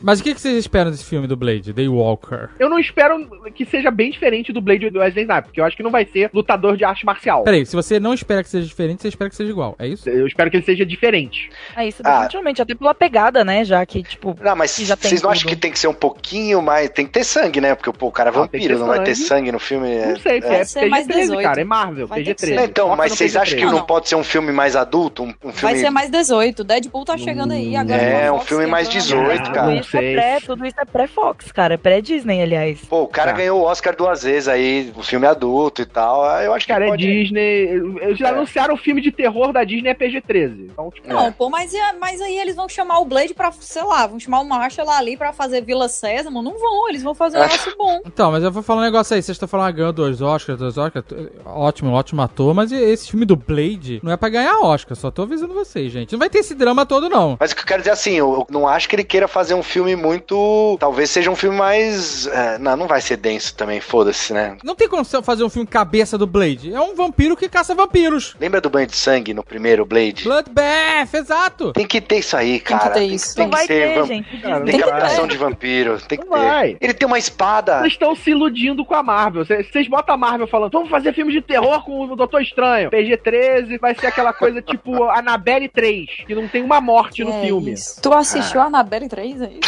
Mas o que que vocês esperam desse filme do Blade, The Walker?
Eu não espero que seja bem diferente do Blade do Wesley Snipes, porque eu acho que não vai ser lutador de arte marcial.
Peraí, se você não espera que seja diferente, você espera que seja igual, é isso?
Eu espero que ele seja diferente.
Ah, isso
Ah.
definitivamente, até pela pegada, né? Já que, tipo,
Não, mas
E já tem
vocês não acham
tudo.
que tem que ser um pouquinho mais. Tem que ter sangue, né? Porque pô, o cara é
Ah, tem que
vampiro,
ter
não vai ter
sangue.
sangue no filme. é-
Não sei,
Vai
é
ser mais
PG-13,
18.
cara, é Marvel,
Vai ter que
PG-13.
ser.
Então,
Foca
mas
no
vocês
PG-13.
acham que
Não,
não,
não.
pode ser um filme mais adulto? Um, um filme.
Vai ser mais 18. Deadpool tá chegando aí agora.
É,
de uma
um
forma
filme mais
esquentando.
18,
tudo
cara.
isso
Não sei.
é pré, tudo isso é pré-Fox, cara. É pré-Disney, aliás.
Pô, o cara
Tá.
ganhou o Oscar duas vezes aí, o filme adulto e tal. ah, Eu acho que
Cara, é
pode.
Disney. Eles
É.
anunciaram o filme de terror da Disney é PG-13. Então, tipo,
Não, pô, mas, e a- mas aí eles vão chamar o Blade pra, sei lá, vão chamar o Marshall ali pra fazer Vila Sésamo? Não vão, eles vão
Ah,
fazer um negócio bom.
Então, mas eu vou falar um negócio aí. Vocês estão falando, ah, ganhou dois Oscars, dois Oscars. t- Ótimo, ótimo ator. Mas e- esse filme do Blade não é pra ganhar Oscar. Só tô avisando vocês, gente. Não vai ter esse drama todo, não.
Mas o que eu quero dizer assim, eu não acho que ele queira fazer um filme muito. Talvez seja um filme mais. é, não, não vai ser denso também, foda-se, né?
Não tem como você fazer um filme cabeça do Blade. É um vampiro que caça vampiros.
Lembra do banho de sangue no primeiro Blade?
Bloodbath, exato.
Tem que ter isso aí, cara.
ter isso.
Tem
Não
que
vai
ser
ter,
vamp-
gente.
cara,
Tem
Tem que
captação de vampiro, tem que
Não vai.
ter. Ele tem uma espada.
Vocês estão se iludindo com a Marvel. Vocês vocês botam a Marvel falando, vamos fazer filme de terror com o Doutor Estranho. PG-13 vai ser aquela coisa tipo *laughs* Annabelle 3, que não tem uma morte *laughs* no
É
filme.
Ah.
isso. Tu assistiu a Annabelle 3 aí?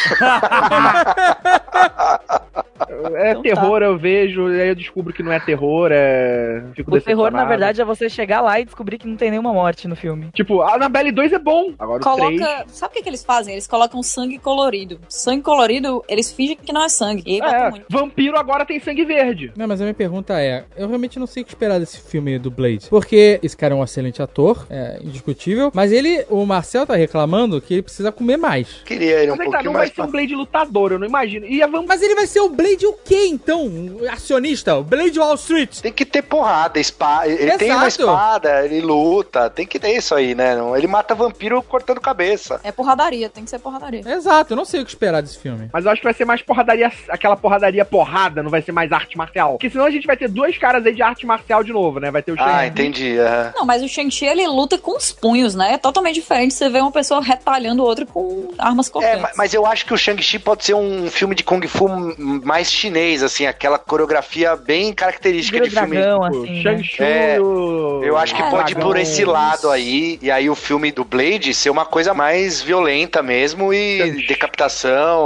É
Então tá.
terror, eu vejo, e aí eu descubro que não é terror, é. Fico
O terror, na
decepcionado.
verdade, é você chegar lá e descobrir que não tem nenhuma morte no filme.
Tipo, a Annabelle 2 é bom. Agora o 3.
Coloca. Sabe o que, que eles fazem? Eles colocam sangue colorido. Sangue colorido, eles fingem que não é sangue. E aí botam
É,
muito.
vampiro agora tem sangue verde.
Não, mas a minha pergunta é: eu realmente não sei o que esperar desse filme do Blade. Porque esse cara é um excelente ator, é indiscutível. Mas ele, o Marcel tá reclamando que ele precisa comer mais.
Queria ele um
Mas aí tá,
pouquinho
não vai
mais
ser um
pra...
Blade lutador, eu não imagino. E a vampiro.
Mas ele vai ser o Blade o quê, então? Um Acionista? O Blade Wall Street?
Tem que ter porrada, espada. Ele tem uma
Exato.
espada, ele luta. Tem que ter isso aí, né? Não- Ele mata vampiro cortando cabeça.
É porradaria, tem que ser porradaria.
Exato, eu não sei o que esperar desse filme.
Mas eu acho que vai ser mais porradaria, aquela porradaria porrada, não vai ser mais arte marcial. Porque senão a gente vai ter dois caras aí de arte marcial de novo, né? Vai ter o
Ah,
Shang-Chi.
entendi. aham.
Não, mas o Shang-Chi, ele luta com os punhos, né? É totalmente diferente você ver uma pessoa retalhando outra com armas
É,
cortantes.
ma- mas eu acho que o Shang-Chi pode ser um filme de Kung Fu m- mais chinês, assim, aquela coreografia bem característica
Vira
de filme.
dragão,
Tipo,
assim. né?
Shang-Chi
É,
e o...
Eu acho que
É,
pode ir por
dragão.
esse lado aí, e aí o filme do Blade ser uma coisa mais violenta mesmo, e
Shang-Chi.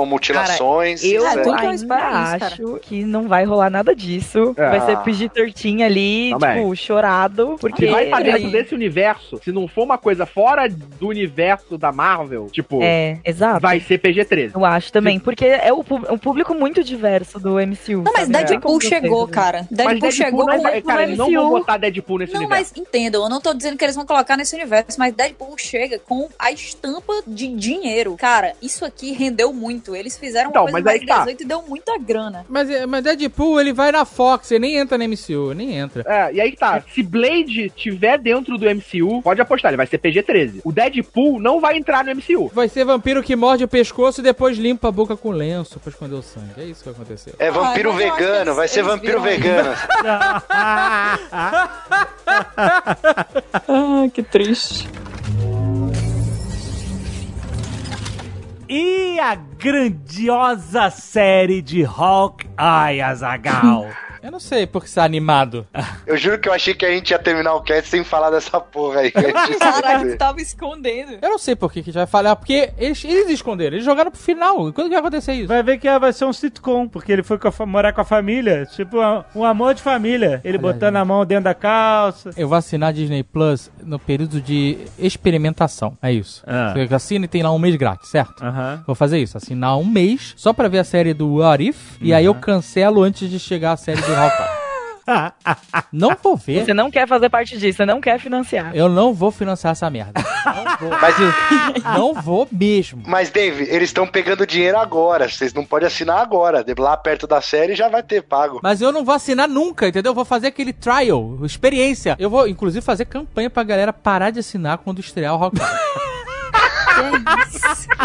mutilações, mutilações.
Eu
né?
tudo Ah, que eu
ainda
espero é isso, cara.
acho que não vai rolar nada disso.
Ah.
Vai ser PG-13 ali,
Também.
tipo, chorado. Porque é,
Se vai pra
Peraí.
dentro desse universo, se não for uma coisa fora do universo da Marvel, tipo,
É, exato.
vai ser PG-13.
Então,
Eu acho também, porque é o pú- um público muito diverso do MCU.
Não, mas
É.
sabe? tem como
Deadpool
você né?
chegou,
fazer.
cara. Deadpool, chegou
não
com
vai, cara, eles não vão
MCU.
botar Deadpool nesse
Não,
universo.
mas entendam, eu não tô dizendo que eles vão colocar nesse universo, mas Deadpool chega com a estampa de dinheiro. Cara, isso aqui rendeu muito. Eles fizeram
Então,
uma coisa
mas aí
mais
que tá.
18 e deu muita grana.
Mas, é- mas Deadpool, ele vai na Fox, ele nem entra na MCU, nem entra.
É, e aí que
*laughs*
tá. Se Blade tiver dentro do MCU, pode apostar, ele vai ser PG-13. O Deadpool não vai entrar no MCU.
Vai ser vampiro que morde o pescoço e depois limpa a boca com lenço pra esconder o sangue. É isso que vai acontecer.
É vampiro
Ah, mas eu acho que
vegano,
eles-
vai ser
eles
vampiro
viram aí.
vegano.
Ah, que triste.
E a grandiosa série de Hawkeye, *laughs* Azagal.
Eu não sei porque você é animado.
Eu juro que eu achei que a gente ia terminar o cast sem falar dessa porra aí. que a
*laughs*
gente
Caraca,
esqueceu.
tu tava escondendo. *laughs*
Eu não sei por que que a gente vai falhar, porque eles, eles esconderam, eles jogaram pro final. E Quando que vai acontecer isso?
Vai ver que ah, vai ser um sitcom, porque ele foi com a fa- morar com a família, tipo ah, um amor de família. Ele
Olha
botando a mão dentro da calça.
Eu vou assinar Disney Plus no período de experimentação. É isso.
Ah.
Você assina e tem lá um mês grátis, certo?
Aham.
Vou fazer isso, assinar um mês só pra ver a série do What If, e aí eu cancelo antes de chegar a série do Hawkeye. não vou ver,
Você não quer fazer parte disso, você não quer financiar.
eu não vou financiar essa merda.
Mas,
não vou mesmo.
mas, Dave, eles estão pegando dinheiro agora. Vocês não podem assinar agora. De Lá perto da série já vai ter pago.
Mas eu não vou assinar nunca, entendeu? Eu vou fazer aquele trial, experiência. Eu vou, inclusive, fazer campanha pra galera parar de assinar quando estrear o Hawkeye.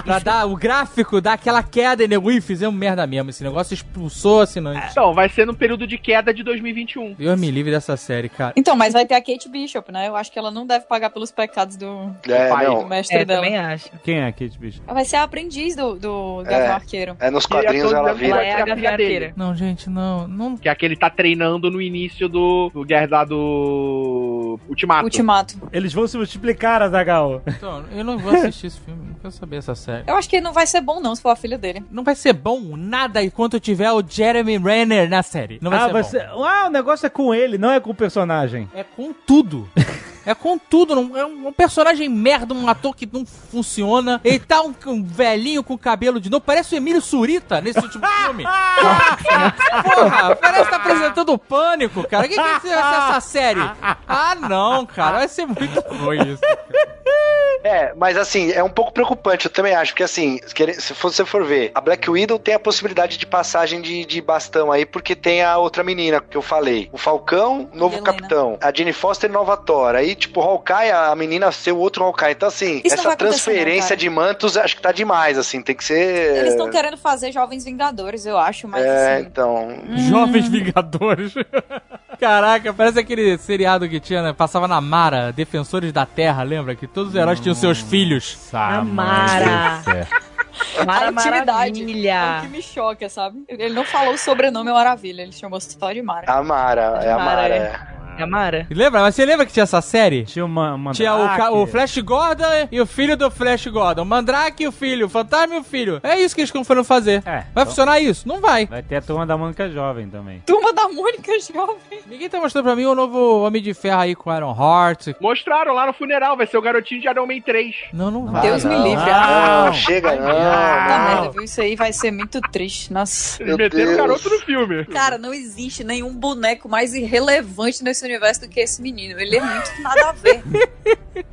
pra dar o gráfico, dar aquela queda e nego, ih, fizemos merda mesmo. Esse negócio expulsou assinante.
Então, vai ser no período de queda de 2021.
Deus me livre dessa série, cara.
Então, mas vai ter a Kate Bishop, né? Eu acho que ela não deve pagar pelos pecados do,
É,
pai.
do
não.
mestre
É,
dela.
também acho.
Quem é a Kate Bicho?
Ela vai ser a aprendiz do, do
É.
Gavião Arqueiro.
É nos
E a
quadrinhos
todos
ela
eles
vira.
Ela é
que
a
a filha
Gavião Arqueira.
dele.
Não, gente, não, não.
Que é a que ele tá treinando no início do, do Guerra lá do Ultimato.
Ultimato.
Eles vão se multiplicar, Azagal.
Então, eu não vou assistir esse filme, não quero saber essa série.
Eu acho que não vai ser bom, não, se for a filha dele.
Não vai ser bom nada enquanto tiver o Jeremy Renner na série. Não Então vai
ah, você...
ser
ah, o negócio é com ele, não é com o personagem.
bom. É com tudo. É com tudo, não- é um um personagem merda, um ator que não funciona. Ele tá um, um velhinho com cabelo de novo, parece o Emílio Surita nesse último *laughs* filme. Porra, parece que tá apresentando o pânico, cara. O que, que vai ser essa série? Ah, não, cara, vai ser muito ruim isso.
É, mas assim, é um pouco preocupante, eu também acho, porque assim, quer- se você for ver, a Black Widow tem a possibilidade de passagem de, de bastão aí, porque tem a outra menina que eu falei. O Falcão, novo
Helena.
capitão. A Jenny Foster, nova Thor. Aí, tipo, Hawkeye, a menina ser o outro Hawkeye. Então, assim,
Isso não vai acontecer,
essa
não,
transferência
cara.
de mantos, acho que tá demais, assim, tem que ser...
Eles estão querendo fazer Jovens Vingadores, eu acho, mas
É,
assim.
então...
Jovens Vingadores. *laughs* Caraca, parece aquele seriado que tinha, né? Passava na Mara, Defensores da Terra, lembra? Que todos os heróis tinham seus filhos.
Amara. Mara
A intimidade. É o que
Maravilha.
me é choca, sabe? Ele não falou o sobrenome Maravilha, ele chamou só de Mara.
A Mara, é a
Mara,
Mara.
é.
é.
Gamara?
Lembra? Mas você lembra que tinha essa série?
Tinha uma. uma
Tinha o, ca- o
Drake.
Flash Gordon e o filho do Flash Gordon. O Mandrake e o filho. O Fantasma e o filho. É isso que eles foram fazer.
É,
Vai
então-
funcionar isso? Não vai.
Vai ter a turma da Mônica Jovem também.
Turma da Mônica Jovem.
Ninguém tá mostrando pra mim o novo Homem de Ferro aí com o Iron Heart.
Mostraram lá no funeral, vai ser o garotinho de Iron Man 3.
Não, não vai.
Deus me
não.
livre.
Não,
Ah,
chega
puta
não.
merda, viu? Isso aí vai ser muito triste. Nossa.
Meu
Eles meteram o
Deus.
garoto no filme.
Cara, não existe nenhum boneco mais irrelevante nesse universo do que esse menino. Ele é muito nada a ver.